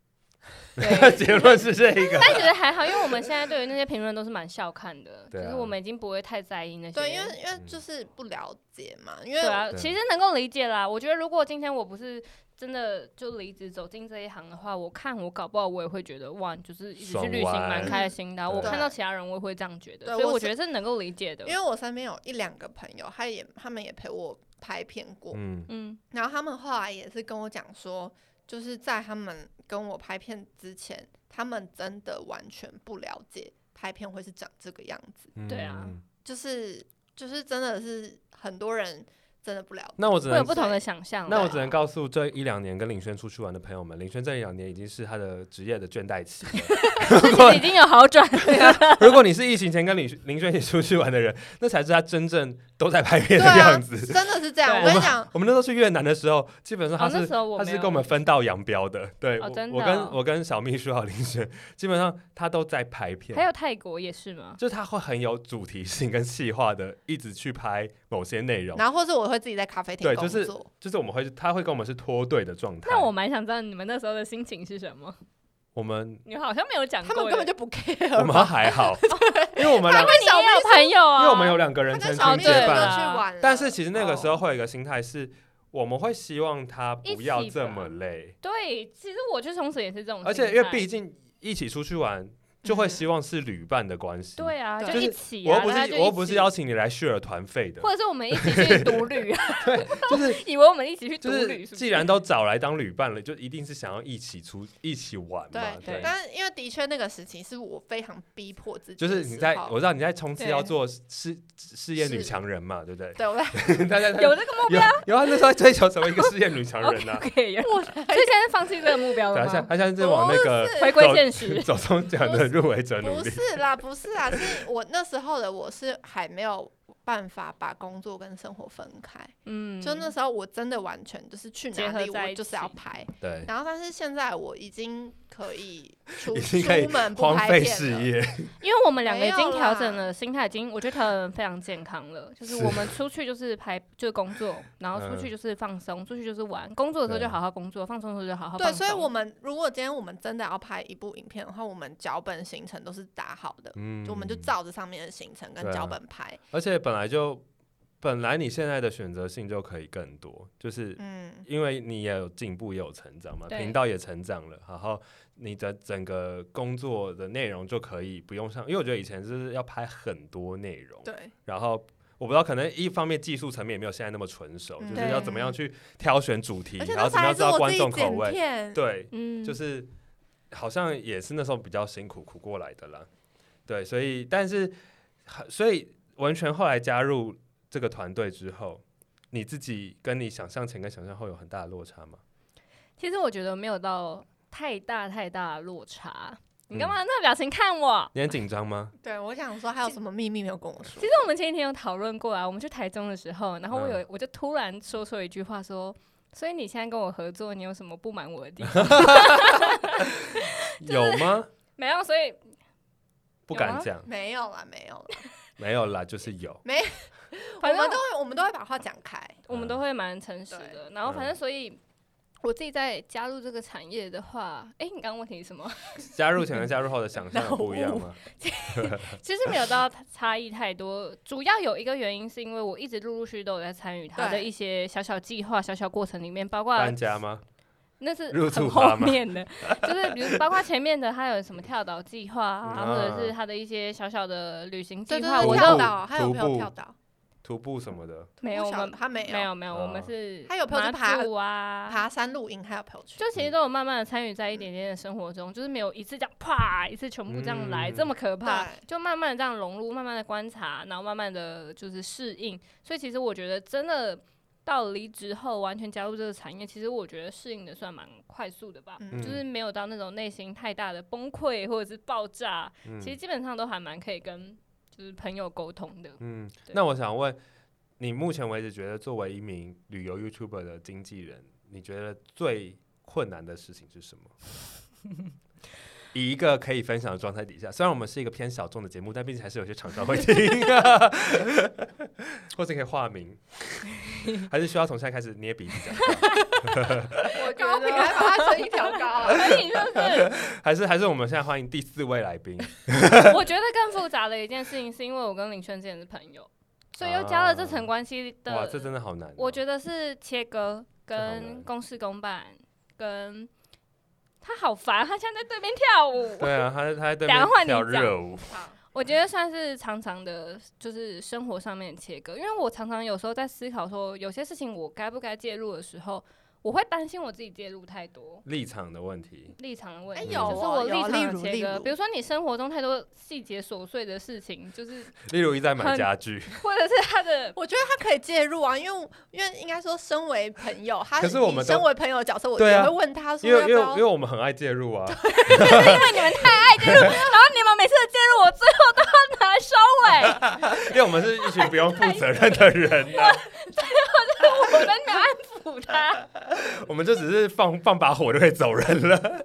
S2: 对
S1: 结论是这一个，
S3: 但其实还好，因为我们现在对于那些评论都是蛮笑看的，
S1: 对啊
S3: 就是我们已经不会太在意那些。
S2: 对，因为因为
S1: 嗯
S2: 就是不了解嘛，因
S3: 对
S2: 为
S3: 啊，
S1: 对
S3: 其实能够理解啦。我觉得如果今天我不是真的就离职走进这一行的话，我看我搞不好我也会觉得哇，就是一直去旅行
S1: 爽玩
S3: 蛮开心的啊、
S1: 对
S3: 我看到其他人我也会这样觉得，
S2: 对
S3: 所以
S2: 我
S3: 我
S2: 是
S3: 觉得是能够理解的
S2: 因。为我身边有一两个朋友，他也他们也陪我拍片过，
S1: 嗯，
S3: 嗯，
S2: 然后他们后来也是跟我讲说，就是在他们跟我拍片之前，他们真的完全不了解拍片会是长这个样子，
S3: 对啊
S1: 嗯。
S2: 就是就是真的是很多人真的不了解，
S1: 那我只
S3: 会有
S1: 能
S3: 不同的想象啦。
S1: 那我只能 告诉这一两年跟林轩出去玩的朋友们，林轩这一两年已经是他的职业的倦怠期了。
S3: 自己已经有好转，
S1: 如果你是疫情前跟林林轩一起出去玩的人，那才是他真正都在拍片
S2: 对
S1: 的
S2: 啊，
S1: 样子。
S2: 真的是这样。
S3: 对
S2: 我跟你讲，
S1: 我们那时候去越南的时候，基本上 他
S3: 哦，
S1: 是、
S3: 那时候我
S1: 他
S3: 没
S1: 是
S3: 有
S1: 跟我们分道扬镳的。对，
S3: 哦
S1: 我
S3: 真的
S1: 我跟
S3: 哦
S1: 我跟小秘书还有林轩，基本上他都在拍片。
S3: 还有泰国也是吗？
S1: 就是他会很有主题性跟细化的，一直去拍某些内容。
S2: 然后或是我会自己在咖啡厅
S1: 对
S2: 工
S1: 就是
S2: 作，
S1: 就是我们会，他会跟我们是脱队的状态。
S3: 那我蛮想知道你们那时候的心情是什么。
S1: 我们
S3: 你们好像没有讲过
S2: 他
S3: 耶，
S2: 们根本就不 care
S1: 我们还 好，因为我们两，
S3: 因为你也有朋友啊，
S1: 因为我们有两个人
S2: 他
S1: 成
S2: 跟
S1: 群
S2: 小
S3: 哦
S2: 蜜
S1: 结
S2: 人
S1: 伴
S3: 对
S2: 都
S1: 啊。
S2: 去玩了，
S1: 但是其实那个时候
S2: 哦
S1: 会有一个心态是，我们会希望他不要
S3: 一起吧
S1: 这么累，
S3: 对，其实我去冲绳也是这种心态，
S1: 而且因为毕竟一起出去玩，就会
S2: 嗯
S1: 希望是旅伴的关系。
S3: 对啊，
S2: 对
S3: 就
S1: 就是
S3: 一起
S1: 我又
S3: 啊，
S1: 不
S3: 大家
S1: 是
S3: 就
S1: 我又
S3: 一
S1: 不是
S3: 起
S1: 邀，请你来 share 团费的，
S3: 或者是我们一起去独旅 啊，
S1: 就是
S3: 以为我们一起去独
S1: 就
S3: 旅，
S1: 是既然都找来当旅伴了，就一定是想要一起出一起玩嘛
S2: 对，
S1: 对。
S2: 但是因为的确那个时期是我非常逼迫自己，
S1: 就是你在，我知道你在冲刺
S3: 对
S1: 要做试试验女
S2: 是
S1: 强人嘛，对不对？
S2: 对我在
S1: 大家
S3: 有这个目
S1: 有有啊，那时候在追求成为一个试验女强人
S3: OK
S1: 呐、啊。
S3: OK，所以现在是放弃这个目标
S1: 对
S3: 了
S1: 啊，现在
S3: 吗？
S1: 他现在在往那个
S2: 哦不是
S3: 回归现实，
S1: 走中奖的入围者努
S2: 不
S1: 力。
S2: 是啦，不是啦，是我那时候的我是还没有办法把工作跟生活分开，
S3: 嗯，
S2: 就那时候我真的完全就是去
S3: 结
S2: 哪
S3: 合
S2: 里
S3: 在
S2: 我
S3: 一
S2: 就是要
S3: 起
S2: 拍，
S1: 对，
S2: 然后但是现在我已经可以出
S1: 已经可以
S2: 出门不
S1: 荒
S2: 拍
S1: 废
S2: 片
S1: 事
S2: 了，
S1: 业。
S3: 因为我们两个已经
S2: 没有
S3: 调
S2: 啦
S3: 整了心态，已经我觉得调整得非常健康了。就是
S1: 是
S3: 我们出去就是拍就是工作，然后出去就是放松，出去就是玩。工作的时候
S1: 对
S3: 就好好工作，放松的时候就好好放
S2: 对，所
S3: 松。
S2: 以我们如果今天我们真的要拍一部影片的话，我们脚本行程都是打好的，
S1: 嗯
S2: 就我们就。照着上面的行程跟
S1: 对啊
S2: 脚本拍，
S1: 而且本来就本来你现在的选择性就可以更多，就是
S2: 嗯，
S1: 因为你也有进步，也有成长嘛，
S3: 对
S1: 频道也成长了，然后你的整个工作的内容就可以不用上，因为我觉得以前就是要拍很多内容，
S2: 对，
S1: 然后我不知道，可能一方面技术层面也没有现在那么纯熟，
S2: 嗯
S1: 就是要怎么样去挑选主题，
S2: 而且
S1: 然后
S2: 那时
S1: 怎么样知道
S2: 候还是我
S1: 观
S2: 自己
S1: 众口
S2: 剪
S1: 味，
S2: 片，
S1: 对，
S3: 嗯，
S1: 就是好像也是那时候比较辛苦苦过来的啦。对，所以但是所以完全后来加入这个团队之后，你自己跟你想象前跟想象后有很大的落差吗？
S3: 其实我觉得没有到太大太大的落差。你干
S1: 嗯
S3: 嘛那表情看我？
S1: 你很紧张 吗？
S2: 对我想说还有什么秘密没有跟我说
S3: 其实，
S2: 嗯
S3: 我们前几天有讨论过啊，我们去台中的时候，然后我有、我就突然说出一句话说。所以你现在跟我合作，你有什么不满我的 地方？
S1: 有吗？
S3: 没有，所以
S1: 不
S3: 有
S1: 敢
S3: 啊
S1: 讲，
S2: 没有啦，没有啦，
S1: 没有啦，就是 有。
S2: 我
S3: 反正
S2: 们都会我们都会把话讲开，
S3: 我们都会蛮诚实的。然后
S2: 嗯
S3: 反正所以。我自己在加入这个产业的话，哎、你刚刚问题是什么？
S1: 加入前跟加入后的想象有不一样 吗？
S3: 其实没有到差异太多，主要有一个原因是因为我一直陆陆续续都有在参与它的
S2: 对
S3: 一些小小计划、小小过程里面，包括
S1: 搬家吗？
S3: 那是
S1: 入住
S3: 很
S1: 吧
S3: 后
S1: 吗
S3: 面的，就是比如包括前面的，它有什么跳岛计划啊，
S1: 嗯
S3: 或者是它的一些小小的旅行计
S2: 对对
S3: 划，
S2: 对，
S3: 我
S2: 跳
S3: 都
S1: 到
S2: 岛，还有
S1: 徒
S2: 朋友
S1: 步
S2: 跳岛，
S1: 徒步什么的？
S3: 没有，
S2: 我
S3: 我
S2: 晓
S3: 们
S2: 得他没
S3: 没有没有，我们
S1: 哦
S3: 是
S2: 他有朋友是爬
S3: 马祖啊，
S2: 爬山露营，还有朋友去，
S3: 就其实都有慢慢的参与在一点点的生活中，就是没有一次这样啪一次全部这样来、
S1: 嗯
S3: 这么可怕
S2: 对，
S3: 就慢慢的这样融入，慢慢的观察，然后慢慢的就是适应，所以其实我觉得真的。到离职后完全加入这个产业，其实我觉得适应的算蛮快速的吧。
S2: 嗯
S3: 就是没有到那种内心太大的崩溃或者是爆炸，
S1: 嗯
S3: 其实基本上都还蛮可以跟就是朋友 沟通的。
S1: 嗯，
S3: 对
S1: 那我想问，你目前为止觉得作为一名旅游 YouTuber 的经纪人，你觉得最困难的事情是什么？ 以一个可以分享的状态底下，虽然我们是一个偏小众的节目，但毕竟还是有些厂商会听、 啊，或者可以化名，还是需要从现在开始捏鼻子讲话，
S3: 我
S2: 高频还把他声音调高 啊，
S3: 可以，就是
S1: 还是还是我们现在欢迎第四位来宾，
S3: 我觉得更复杂的一件事情，是因为我跟林轩之前是朋友，所以又加了这层关系的。
S1: 啊哇，这真的好难哦、
S3: 我觉得是切割
S1: 这好
S3: 跟
S1: 难
S3: 公事公办跟。他好烦，他现在在对面 跳舞。
S1: 对啊，他在他在对
S3: 等下
S1: 面
S3: 换你
S1: 跳
S3: 讲
S1: 热舞，
S2: 好
S3: 我觉得算是常常的，就是生活上面的切割，因为我常常有时候在思考说，有些事情我该不该介入的时候，我会担心我自己介入太多
S1: 立场的问题，
S3: 立场的问
S2: 哎
S3: 题，
S1: 有
S3: 就是
S2: 哦
S3: 我
S2: 有
S3: 立
S2: 例
S3: 场的
S2: 如
S3: 切
S2: 例
S3: 割。
S2: 如
S3: 比如说你生活中太多细节琐碎的事情，就是
S1: 例如一直在买
S3: 很
S1: 家具。
S3: 或者是他的
S2: 我觉得他可以介入啊，因为因为应该说，身为朋友，他
S1: 可是我们
S2: 以
S1: 都
S2: 身为朋友的角色，我
S1: 对啊
S2: 也会问他说
S1: 因为
S2: 要
S1: 因
S2: 不
S1: 为因为
S2: 要。
S1: 我们很爱介入啊，
S3: 你们每次的介入，我最后都要拿来收尾，
S1: 因为我们是一群不用负责任的人呢、
S3: 我们没有安抚他，
S1: 我们就只是放放把火就可以走人 了。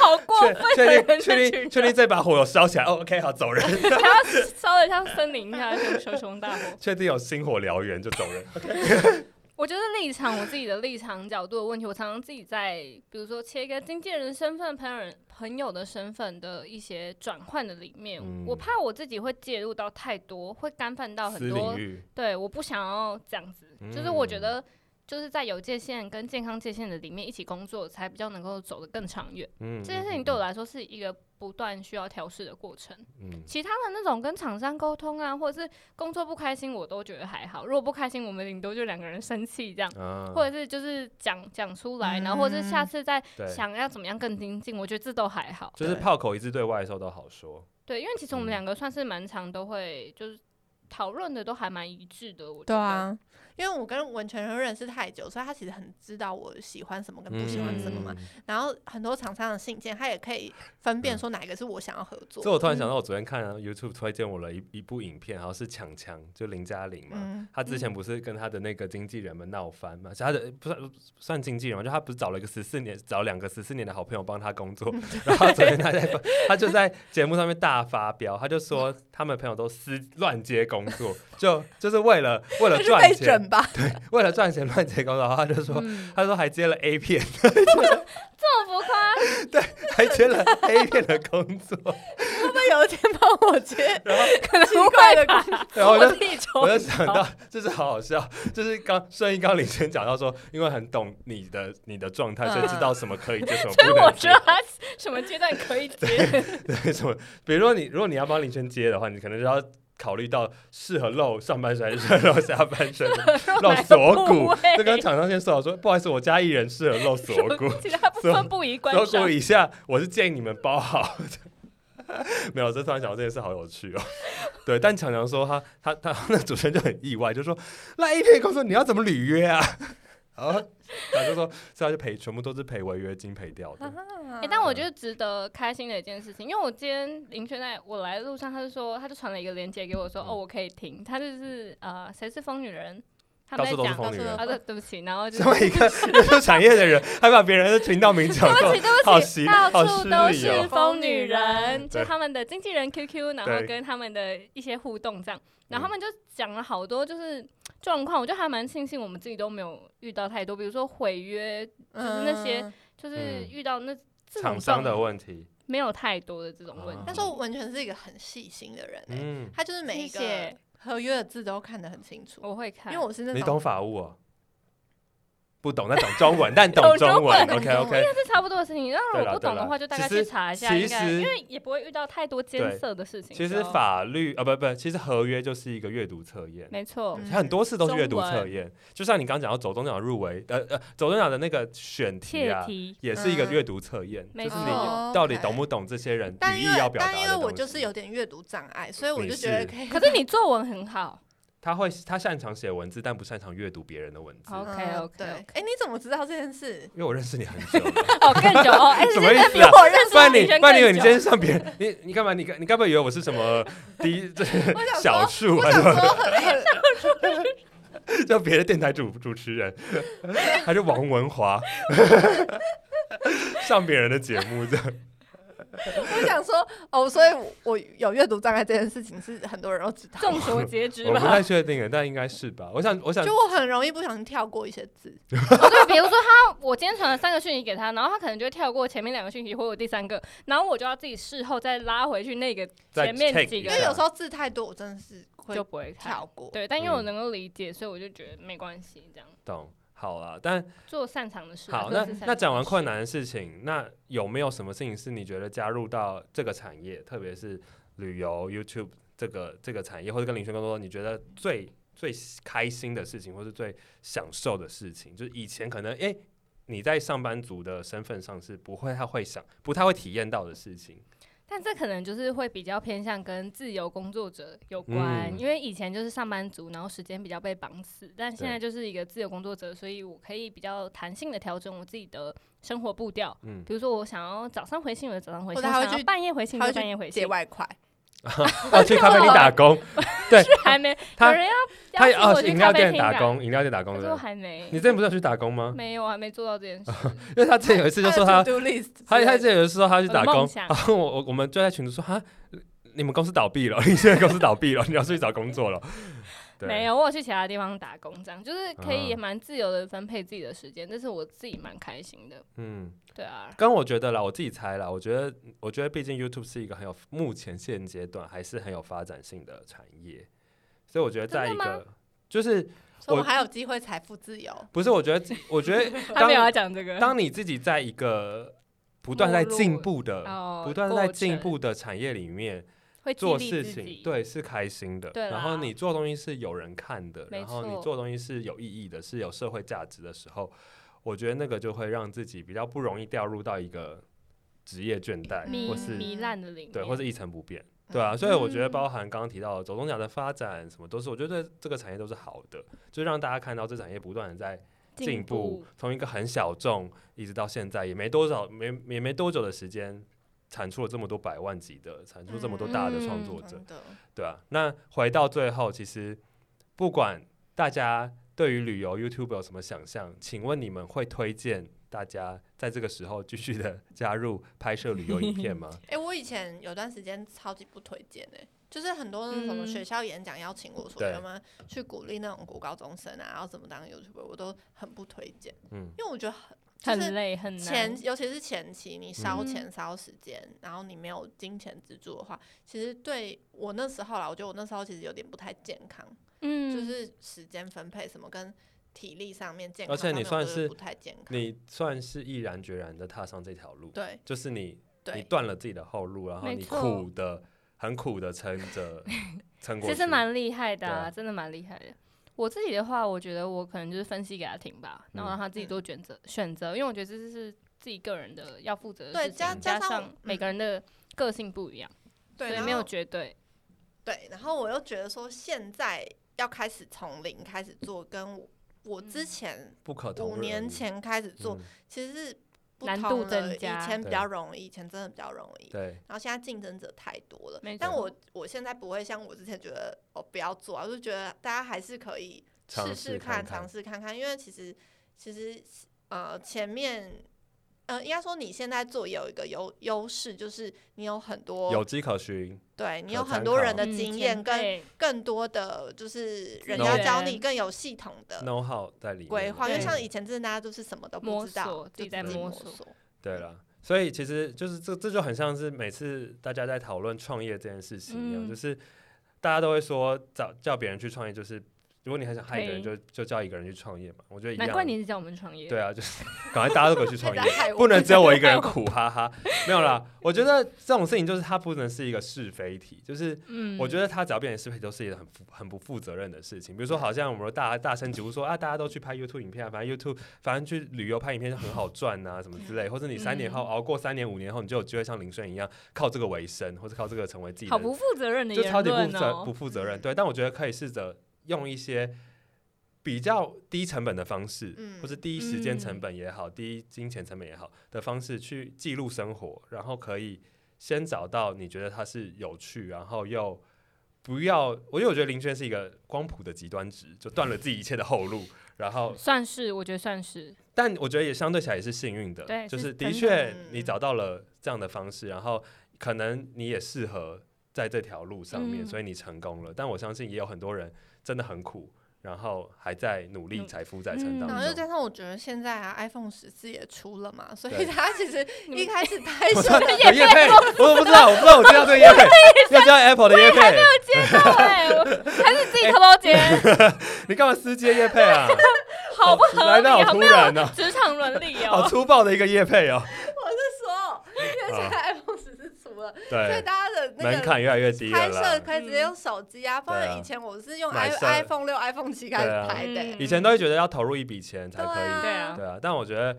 S3: 好过
S1: 确
S3: 分的
S1: 确定确
S3: 人这
S1: 定
S3: 群
S1: 确定这把火有烧起来、哦、，OK，好走人。
S3: 还要烧得像森林一样，熊熊大火。
S1: 确定有星火燎原就走人。
S3: 我觉得立场，我自己的立场角度的问题，我常常自己在，比如说切一个经纪人的身份、朋友人朋友的身份的一些转换的里面，
S1: 嗯
S3: 我怕我自己会介入到太多，会干犯到
S1: 私
S3: 很
S1: 领
S3: 多。
S1: 域，嗯
S3: 对，我不想要这样子，就是我觉得就是在有界限跟健康界限的里面一起工作，才比较能够走得更长远。
S1: 嗯，
S3: 这件事情对我来说是一个不断需要调试的过程。
S1: 嗯，
S3: 其他的那种跟厂商沟通啊，或者是工作不开心，我都觉得还好。如果不开心，我们顶多就两个人生气这样，
S1: 嗯啊，
S3: 或者是就是讲讲出来，然后或者是下次再
S1: 对，
S3: 想要怎么样更精进，我觉得这都还好。
S1: 就是
S2: 对
S1: 炮口一致对外的时候都好说。
S3: 对，因为其实我们
S1: 嗯
S3: 两个算是蛮常都会就是讨论的都还蛮一致的，我觉
S2: 对
S3: 得。，
S2: 啊，因为我跟文全认识太久，所以他其实很知道我喜欢什么跟不喜欢什么嘛。
S1: 嗯？
S2: 然后很多厂商的信件，他也可以分辨说哪一个是嗯我想要合作
S1: 这。我突
S3: 嗯
S1: 然想到，我昨天看 YouTube 推荐我了一一部影片，然后是强强，就林嘉玲嘛，
S2: 嗯，
S1: 他之前不是跟他的那个经纪人们闹翻嘛？是他的不算算经纪人嘛？就他不是找了一个十四年，找两个十四年的好朋友帮他工 作。然后昨天他在发，他就在节目上面大发飙，他就说他们朋友都私乱接工作，就就是为了为了
S2: 这是
S1: 赚
S2: 被
S1: 钱，
S2: 整吧？
S1: 为了赚钱乱接工作。然后他就 说，
S3: 嗯，
S1: 他说还接了 A 片，
S3: 这么浮夸，
S1: 还接了 A 片的工作。
S2: 会不会有一天帮我接
S3: 可能
S2: 奇怪的
S3: 吧
S2: 故事？
S1: 然后我就
S3: 自己抽
S1: 我就想到，就是好好笑，就是刚顺应刚领先讲到说，因为很懂你的你的状态，所以知道什么可以接， 什么
S3: 所以
S1: 不
S3: 我
S1: 能接。
S3: 觉得他什么阶段可以 接，
S1: 对什么？比如说你，如果你要帮林轩接的话，你可能就要考虑到适合露上半身还是适合露下半 身，露锁骨。就跟厂商先说好说，不好意思，我家艺人适合露锁骨，
S3: 其他部分不宜观
S1: 锁
S3: 赏
S1: 骨。以下我是建议你们包好的。 没有，这突然想到这件事好有趣哦。 对，但强强说他他他那主持人就很意外，就说那 A 片公司你要怎么履约啊？ 然后他就说，所以他就赔，全部都是赔违约金赔掉 的。
S3: 哎、但
S1: 嗯
S3: 我觉得值得开心的一件事情，因为我今天林轩在我来的
S1: 嗯
S3: 路上，他就说，他就传了一个链接给我说，哦，我可以听。他就是呃，谁是疯女人？他们
S1: 到处
S3: 在
S1: 都是
S3: 讲
S1: 疯女人
S3: 啊，对，对不起，然后就
S1: 这
S3: 是
S1: 么一个运动产业的人， 还把别人的频道名讲
S3: 对
S1: 错
S3: 不起，，对
S1: 好
S3: 不
S1: 犀
S3: 起，到
S1: 好
S3: 处
S1: 失
S3: 都
S1: 礼
S3: 是
S1: 哦
S3: 疯女人，就
S1: 对
S3: 是他们的经纪人 QQ，然后
S1: 对
S3: 跟他们的一些互动这样，然
S1: 嗯
S3: 后他们就讲了好多就是状况，我觉得还蛮庆幸我们自己都没有遇到太多，比如说毁约，
S2: 嗯，
S3: 那些
S2: 嗯
S3: 就是
S1: 嗯
S3: 遇到那这种
S1: 厂商的
S3: 状
S1: 问题，
S3: 没有太多的这种问
S1: 啊
S2: 但
S3: 题
S2: 是，我完全是一个很细心的人、欸，
S3: 哎
S1: 嗯，
S2: 他就是每一
S3: 谢
S2: 个
S3: 谢哦
S2: 合约的字都看得很清楚，
S3: 我会看，
S2: 因为我是那
S1: 你
S2: 种
S1: 懂法务哦？不懂，那懂中文，但懂
S3: 懂
S1: 中
S3: 中
S1: 文
S3: 文
S1: ，OK OK，
S3: 这是差不多的事情。那
S1: 对
S3: 如
S1: 啦
S3: 果不
S1: 对
S3: 懂的
S1: 啦
S3: 话，就大
S1: 其
S3: 概
S1: 实
S3: 去查一下，
S1: 其
S3: 应该因
S1: 实
S3: 为也不会遇到太多
S1: 对
S3: 艰涩的事情。
S1: 其
S3: 就
S1: 实法律啊，不不，其实合约就是一个阅读测验。
S3: 没错，
S2: 嗯
S1: 很多事都是阅读
S3: 中文
S1: 测验，就像你刚刚讲到走中奖入围，呃呃，走中奖的那个选题
S3: 切
S1: 啊，
S3: 题
S1: 也是一个
S2: 嗯
S1: 阅读测验，
S3: 没
S1: 就是
S3: 错
S1: 你
S2: 哦
S1: 到底
S2: OK
S1: 懂不懂这些人
S2: 但
S1: 语义
S2: 因为
S1: 要表达的
S2: 但因为我
S1: 东
S2: 就是
S1: 西
S2: 有点阅读障碍，所以我
S1: 你
S2: 就觉
S1: 是
S2: 得可以。
S3: 可是你作文很好
S1: 他会他擅长写文字，但不擅长阅读别人的文字。
S3: 好 OK，OK，OK
S2: 对，哎、你怎么知道这件事？
S1: 因为我认识你很 久了，
S3: 哦，更久哦，哎，
S1: 什么意
S3: 现在
S1: 思
S3: 比
S1: 啊
S3: 我认识
S1: 不然
S3: 的
S1: 你
S3: 女生
S1: 不然你以为
S3: 更
S1: 你
S3: 久
S1: 今。天上别人，你你干嘛？你该你该不会以为我是什么第一这
S2: 我想
S1: 小啊
S2: 说，
S1: 树
S2: 我
S1: 还是
S2: 想
S1: 什
S2: 说
S1: 么
S2: 很，很
S1: 叫别的电台主主持人，还是王文华上别人的节目这样？
S2: 我想说，哦，所以我我有阅读障碍这件事情是很多人都知道，
S3: 众所皆知
S1: 我不
S3: 吧？
S1: 太确定了，但应该是吧？我想我想
S2: 就我很容易不小心跳过一些字。
S3: 哦，对，比如说他，我今天传了三个讯息给他，然后他可能就会跳过前面两个讯息，或者第三个，然后我就要自己事后再拉回去那个
S1: 再
S3: 前面
S1: take
S3: 几
S1: 一
S3: 个
S1: 下
S2: 因为有时候字太多，我真的是会
S3: 就不会看
S2: 跳。过。
S3: 对，但因为我
S1: 嗯
S3: 能够理解，所以我就觉得没关系，这样
S1: 懂。好啦，但
S3: 做擅长的事啊。
S1: 好，
S3: 各
S1: 那
S3: 自擅
S1: 那
S3: 长
S1: 讲
S3: 的
S1: 完
S3: 事
S1: 困，难的事情，那有没有什么事情是你觉得加入到这个产业，特别是旅游、YouTube 这个这个产业，或者跟林轩更多，你觉得最最开心的事情，或是最享受的事情？就是以前可能诶，你在上班族的身份上是不会太会想、不太会体验到的事情。
S3: 但这可能就是会比较偏向跟自由工作者有关，
S1: 嗯
S3: 因为以前就是上班族，然后时间比较被绑死，但现在就是一个自由工作者，所以我可以比较弹性的调整我自己的生活步调。
S1: 嗯，
S3: 比如说，我想要早上回信，我就早上回
S2: 或
S3: 信；
S2: 者
S3: 我
S2: 他会
S3: 想要
S2: 去
S3: 半夜回信
S2: 他
S3: 就
S2: 会
S3: 半夜回
S2: 接
S3: 信。
S2: 外快，
S1: 要哦去咖啡厅打工，
S3: 还没有
S1: 他
S3: 人要
S1: 他哦
S3: 邀请我
S1: 去
S3: 去
S1: 饮
S3: 咖
S1: 料
S3: 啡
S1: 店
S3: 厅啊
S1: 打，工，饮料店打工
S3: 可是
S1: 的
S3: 我。嗯还没
S1: 你，哦之前不是有去打工吗？
S3: 没有，我还没做到这件事。
S1: 因为他之前有一次就说他
S2: 他的 to do list，
S1: 他
S2: 之
S1: 他
S2: 类
S1: 之前有时候他去打
S3: 我的梦
S1: 工，哦
S3: 想
S1: 然后我我我们就在群组说哈，你们公司倒闭了，你现在公司倒闭了，你要出去找工作了。对
S3: 没，有，我有去其他地方打工，这样就是可以
S1: 啊
S3: 蛮自由的分配自己的时间，这是我自己蛮开心的。
S1: 嗯，
S3: 对啊，
S1: 跟我觉得啦，我自己猜啦，我觉得我觉得毕竟 YouTube 是一个很有目前现阶段还是很有发展性的产业，所以我觉得在一
S3: 真的吗
S1: 个就是
S2: 所以我
S1: 我
S2: 们还有机会财富自由。
S1: 不是我觉得我觉得
S3: 他没有要
S1: 当
S3: 讲这 个。
S1: 当你自己在一个不断在进步的。
S3: 哦，
S1: 不断
S3: 过
S1: 在进
S3: 程
S1: 步的产业里面
S3: 会激
S1: 做
S3: 励
S1: 事
S3: 自
S1: 情
S3: 己，，
S1: 对，是开心的。
S3: 对
S1: 然后
S3: 啦
S1: 你做东西是有人看的，
S3: 没
S1: 然后你
S3: 错
S1: 做东西是有意义的，是有社会价值的时候，我觉得那个就会让自己比较不容易掉入到一个职业倦怠，
S3: 糜
S1: 或是
S3: 糜烂的领
S1: 对，或者一成不变。
S3: 嗯
S1: 对
S2: 嗯
S1: 啊，所以我觉得包含刚刚提到的走中奖的发展，什么都是，我觉得这个产业都是好的，就让大家看到这产业不断的在进步，从一个很小众一直到现在，也没多少，没也没多久的时间，产出了这么多百万级的，产出这么多大的创作者，
S2: 真的，
S1: 对啊，那回到最后，其实不管大家对于旅游 YouTube 有什么想象，请问你们会推荐大家在这个时候继续的 加入拍摄旅游影片 吗？
S2: 哎、我以前有段时间超级不推荐哎、就是很多那种什么
S3: 嗯
S2: 学校演讲邀请我说
S1: 对
S2: 要么去鼓励那种国高中生啊，然后怎么当 YouTuber，我都很不推荐，
S1: 嗯，
S2: 因为我觉得很啊就是
S3: 很累很难。
S2: 前，尤其是前期，你烧
S3: 嗯
S2: 钱烧时间，然后你没有金钱支柱的话，其实对我那时候啦，我觉得我那时候其实有点不太健康，
S3: 嗯，
S2: 就是时间分配什么跟体力上面健
S1: 而
S2: 康
S1: 且
S2: 上
S1: 你
S2: 面，我
S1: 算
S2: 觉
S1: 是
S2: 得不太健康。
S1: 你算是毅然决然的踏上这条路，
S2: 对
S1: 就是你你
S2: 对，
S1: 断了自己的后路，然后
S3: 没
S1: 你
S3: 错
S1: 苦的很苦的撑着撑过
S3: 其
S1: 去，
S3: 实蛮厉害的、
S1: 对啊
S3: 啊，真的蛮厉害的。我自己的话，我觉得我可能就是分析给他听吧，然后
S1: 嗯
S3: 让他自己做选择、选择，因为我觉得这是自己个人的要负责的
S2: 对
S3: 事情
S2: 加
S3: 加
S2: 加上嗯
S3: 上每个人的个性不一样，
S2: 对，
S3: 所以
S2: 然
S3: 没有
S2: 后
S3: 绝对。
S2: 对，然后我又觉得说现在要开始从零开始做，跟我我
S3: 嗯
S2: 之前
S1: 不可同日
S2: 五
S1: 而
S2: 年
S1: 语
S2: 前开始做，
S1: 嗯
S2: 其实是不
S3: 难
S2: 同
S3: 度
S2: 了
S3: 增
S2: 以
S3: 加
S2: 前比
S1: 对
S2: 较容易，以前真的比较容易。
S1: 对，
S2: 然后现在竞争者太多了
S3: 没，
S2: 但
S3: 错
S2: 我我现在不会像我之前觉得哦不要做啊，我就觉得大家还是可以
S1: 尝
S2: 试
S1: 试
S2: 试
S1: 看看
S2: 尝试看看，因为其实其实呃前面呃应该说你现在做有一个优优势，就是你有很多
S1: 有迹可循，
S2: 对你
S1: 可
S2: 有
S1: 参
S2: 很多人
S1: 考
S2: 的
S3: 嗯
S2: 经验跟更多的就是人
S1: 资
S2: 家
S1: 源
S2: 教你更有系统的
S1: know how 在里面
S2: 规划，因为
S3: 对
S2: 像以前真的大家都是什么都不
S3: 摸
S2: 知道，
S3: 索
S2: 就
S3: 自己在
S2: 己
S1: 摸
S2: 摸
S3: 索
S1: 对了，所以其实就是这这就很像是每次大家在讨论创业这件事情一样，
S3: 嗯
S1: 就是大家都会说找叫别人去创业，就是如果你很想害一个人，
S3: 可
S1: 就就叫一个人去创业嘛。我觉得一样，
S3: 难怪你一直叫我们创业。
S1: 对啊，就是赶快大家都可以去 创业
S2: 大家害，我
S1: 不能只有我一个人苦哈哈。没有啦，我觉得这种事情就是它不能是一个是非题，就是
S3: 嗯，
S1: 我觉得他只要变成视频，都是一个很负很不负责任的事情。比如说，好像我们大大声疾呼说啊，大家都去拍 YouTube 影片啊，反正 YouTube 反正去旅游拍影片就很好赚啊，什么之类。或者你三年后、
S3: 嗯
S1: 熬过三年五年后，你就有机会像林轩一样靠这个为生，或者靠这个成为自己
S3: 好
S1: 的，
S3: 不负责任的
S1: 就
S3: 言
S1: 超级不
S3: 论
S1: 负责不
S3: 哦。
S1: 负责任。对，但我觉得可以试着用一些。比较低成本的方式，
S2: 嗯
S1: 或是低时间
S3: 嗯
S1: 成本也好，低金钱成本也好的方式去记录生活，然后可以先找到你觉得它是有趣，然后又不要，我因为我觉得林轩是一个光谱的极端值，就断了自己一切的后路。然后，
S3: 算是，我觉得算是，
S1: 但我觉得也相对起来也是幸运的，
S3: 对
S1: 就是是
S3: 真
S1: 的
S3: 的
S1: 确
S2: 嗯
S1: 你找到了这样的方式，然后可能你也适合在这条路上面，
S3: 嗯
S1: 所以你成功了。但我相信也有很多人真的很苦，然后还在努力
S3: 嗯
S1: 财富在成
S3: 嗯
S1: 当
S2: 然后又
S1: 中。
S2: 加上我觉得现在啊，iPhone 十四也出了嘛，所
S1: 对
S2: 以它其实
S3: 你
S2: 一
S3: 们
S2: 开始 拍
S1: 我
S2: 摄
S1: 说有哦叶配，我都不知道，我不知道我接到这个叶 配，要接到 Apple 的叶配，
S3: 对，哎我还是自己偷偷接，
S1: 你干嘛私接叶配啊？
S3: 好不合
S1: 来
S3: 理，啊
S1: 得 好
S3: 好
S1: 突
S3: 没有
S1: 然哦
S3: 职场伦理
S1: 好
S3: 哦。
S1: 粗暴的一个叶配哦。
S2: 我是说， 因为现在 iPhone 十四出了，所以
S1: 啊对，
S2: 大家的那
S1: 门
S2: 个
S1: 槛越来越低了
S2: 拍摄
S1: 啦。
S2: 可以直接用手机啊，不
S1: 对啊
S2: 然以前我是用
S1: 买
S2: i
S1: 摄
S2: iPhone 六、iPhone 七开始
S1: 对啊
S2: 拍的欸。
S3: 嗯
S1: 以前都会觉得要投入一笔钱才可
S2: 对啊
S1: 以，
S3: 对啊
S1: 对啊。但我觉得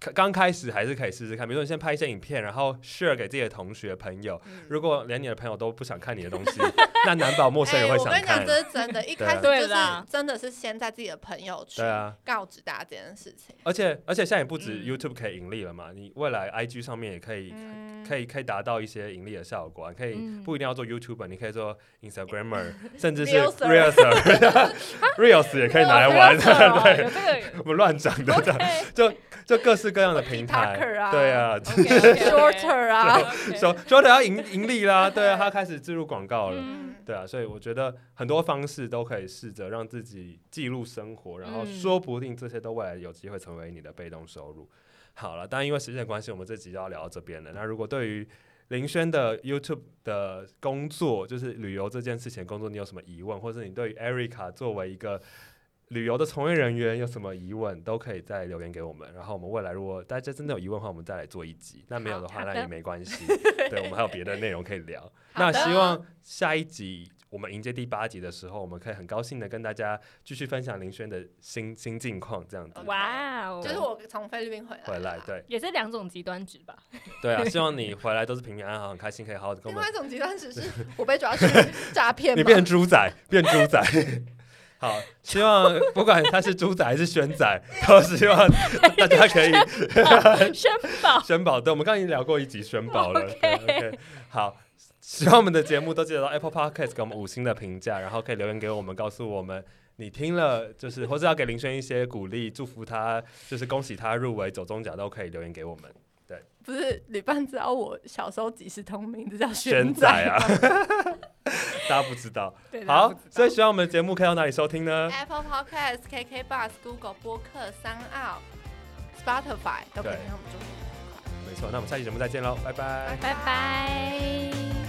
S1: 可刚开始还是可以试试看，比如说你先拍一些影片，然后 share 给自己的同学朋友。
S2: 嗯
S1: 如果连你的朋友都不想看你的东西，那难保陌生
S2: 哎，
S1: 人会
S2: 我
S1: 想
S2: 跟你
S1: 看
S2: 讲，。这是真的。一
S1: 对
S2: 开
S1: 啊
S2: 始就
S3: 对
S2: 是
S3: 啦
S2: 真的是先在自己的朋友圈
S1: 对啊，
S2: 告知大家这件事情。
S1: 而且而且现在也不止
S3: 嗯
S1: YouTube 可以盈利了嘛，你未来 IG 上面也可以
S2: 嗯，
S1: 可以可以达到一些盈利的效果、啊，你可以
S3: 嗯
S1: 不一定要做 YouTuber，你可以做 Instagrammer，甚至是
S2: Reelser
S1: Reels，Reels 也可以拿来玩，啊
S2: 哦
S3: 对，哦有这
S1: 我们乱讲的，
S3: 个 OK
S1: 就就各式各样的平
S2: TikToker
S1: 台，
S2: 啊
S1: 对啊，
S3: OK，OK
S2: shorter 啊，
S1: 说说的要盈盈利 啦，对啊，他开始置入广告了。
S3: 嗯
S2: 嗯，
S1: 对啊，所以我觉得很多方式都可以试着让自己记录生活，然后
S3: 嗯
S1: 说不定这些都未来有机会成为你的被动收入。好了，当然因为时间的关系，我们这集就要聊到这边了。那如果对于林轩的 YouTube 的工作，就是旅游这件事情的工作，你有什么疑问，或者你对于 Erica 作为一个旅游的从业人员有什么疑问，都可以再留言给我们。然后我们未来如果大家真的有疑问的话，我们再来做一集。那没有的话，
S3: 好
S1: 那
S3: 的
S1: 也没关系。对，我们还有别的内容可以聊。那
S2: 好的
S1: 希望下一集我们迎接第八集的时候，我们可以很高兴的跟大家继续分享林轩的新新近况，这样子
S2: OK
S3: 哇哦，
S2: 就是我从菲律宾回来
S1: 回来。
S2: 啦。
S1: 对
S3: 也是两种极端值吧。
S1: 对啊，希望你回来都是平平安安，很开心，可以好好的跟
S2: 另
S1: 我们
S2: 外一种极端 只是我被抓去诈骗嘛，
S1: 你变成猪仔，变猪仔。好，希望不管他是猪仔还是轩仔，都希望大家可以哎
S3: 生宝，
S1: 宣宝。对，我们刚刚已经聊过一集宣宝了。对 OK，好，希望我们的节目都记得到 Apple Podcast 给我们五星的评价，然后可以留言给我们，告诉我们你听了就是，或者要给林轩一些鼓励，祝福他，就是恭喜他入围走中奖，都可以留言给我们。
S2: 不是旅伴知道我小时候几时通名字叫
S1: 轩仔
S2: 仔
S1: 啊， 大家不知道。好，所以希望我们的节目可以到哪里收听呢？
S2: Apple Podcast、KK Bus、Google 播客、三奥、Spotify 都可以
S1: 对
S2: 听他们做。
S1: 没错，那我们下期节目再见喽，拜拜
S2: 拜
S3: 拜拜。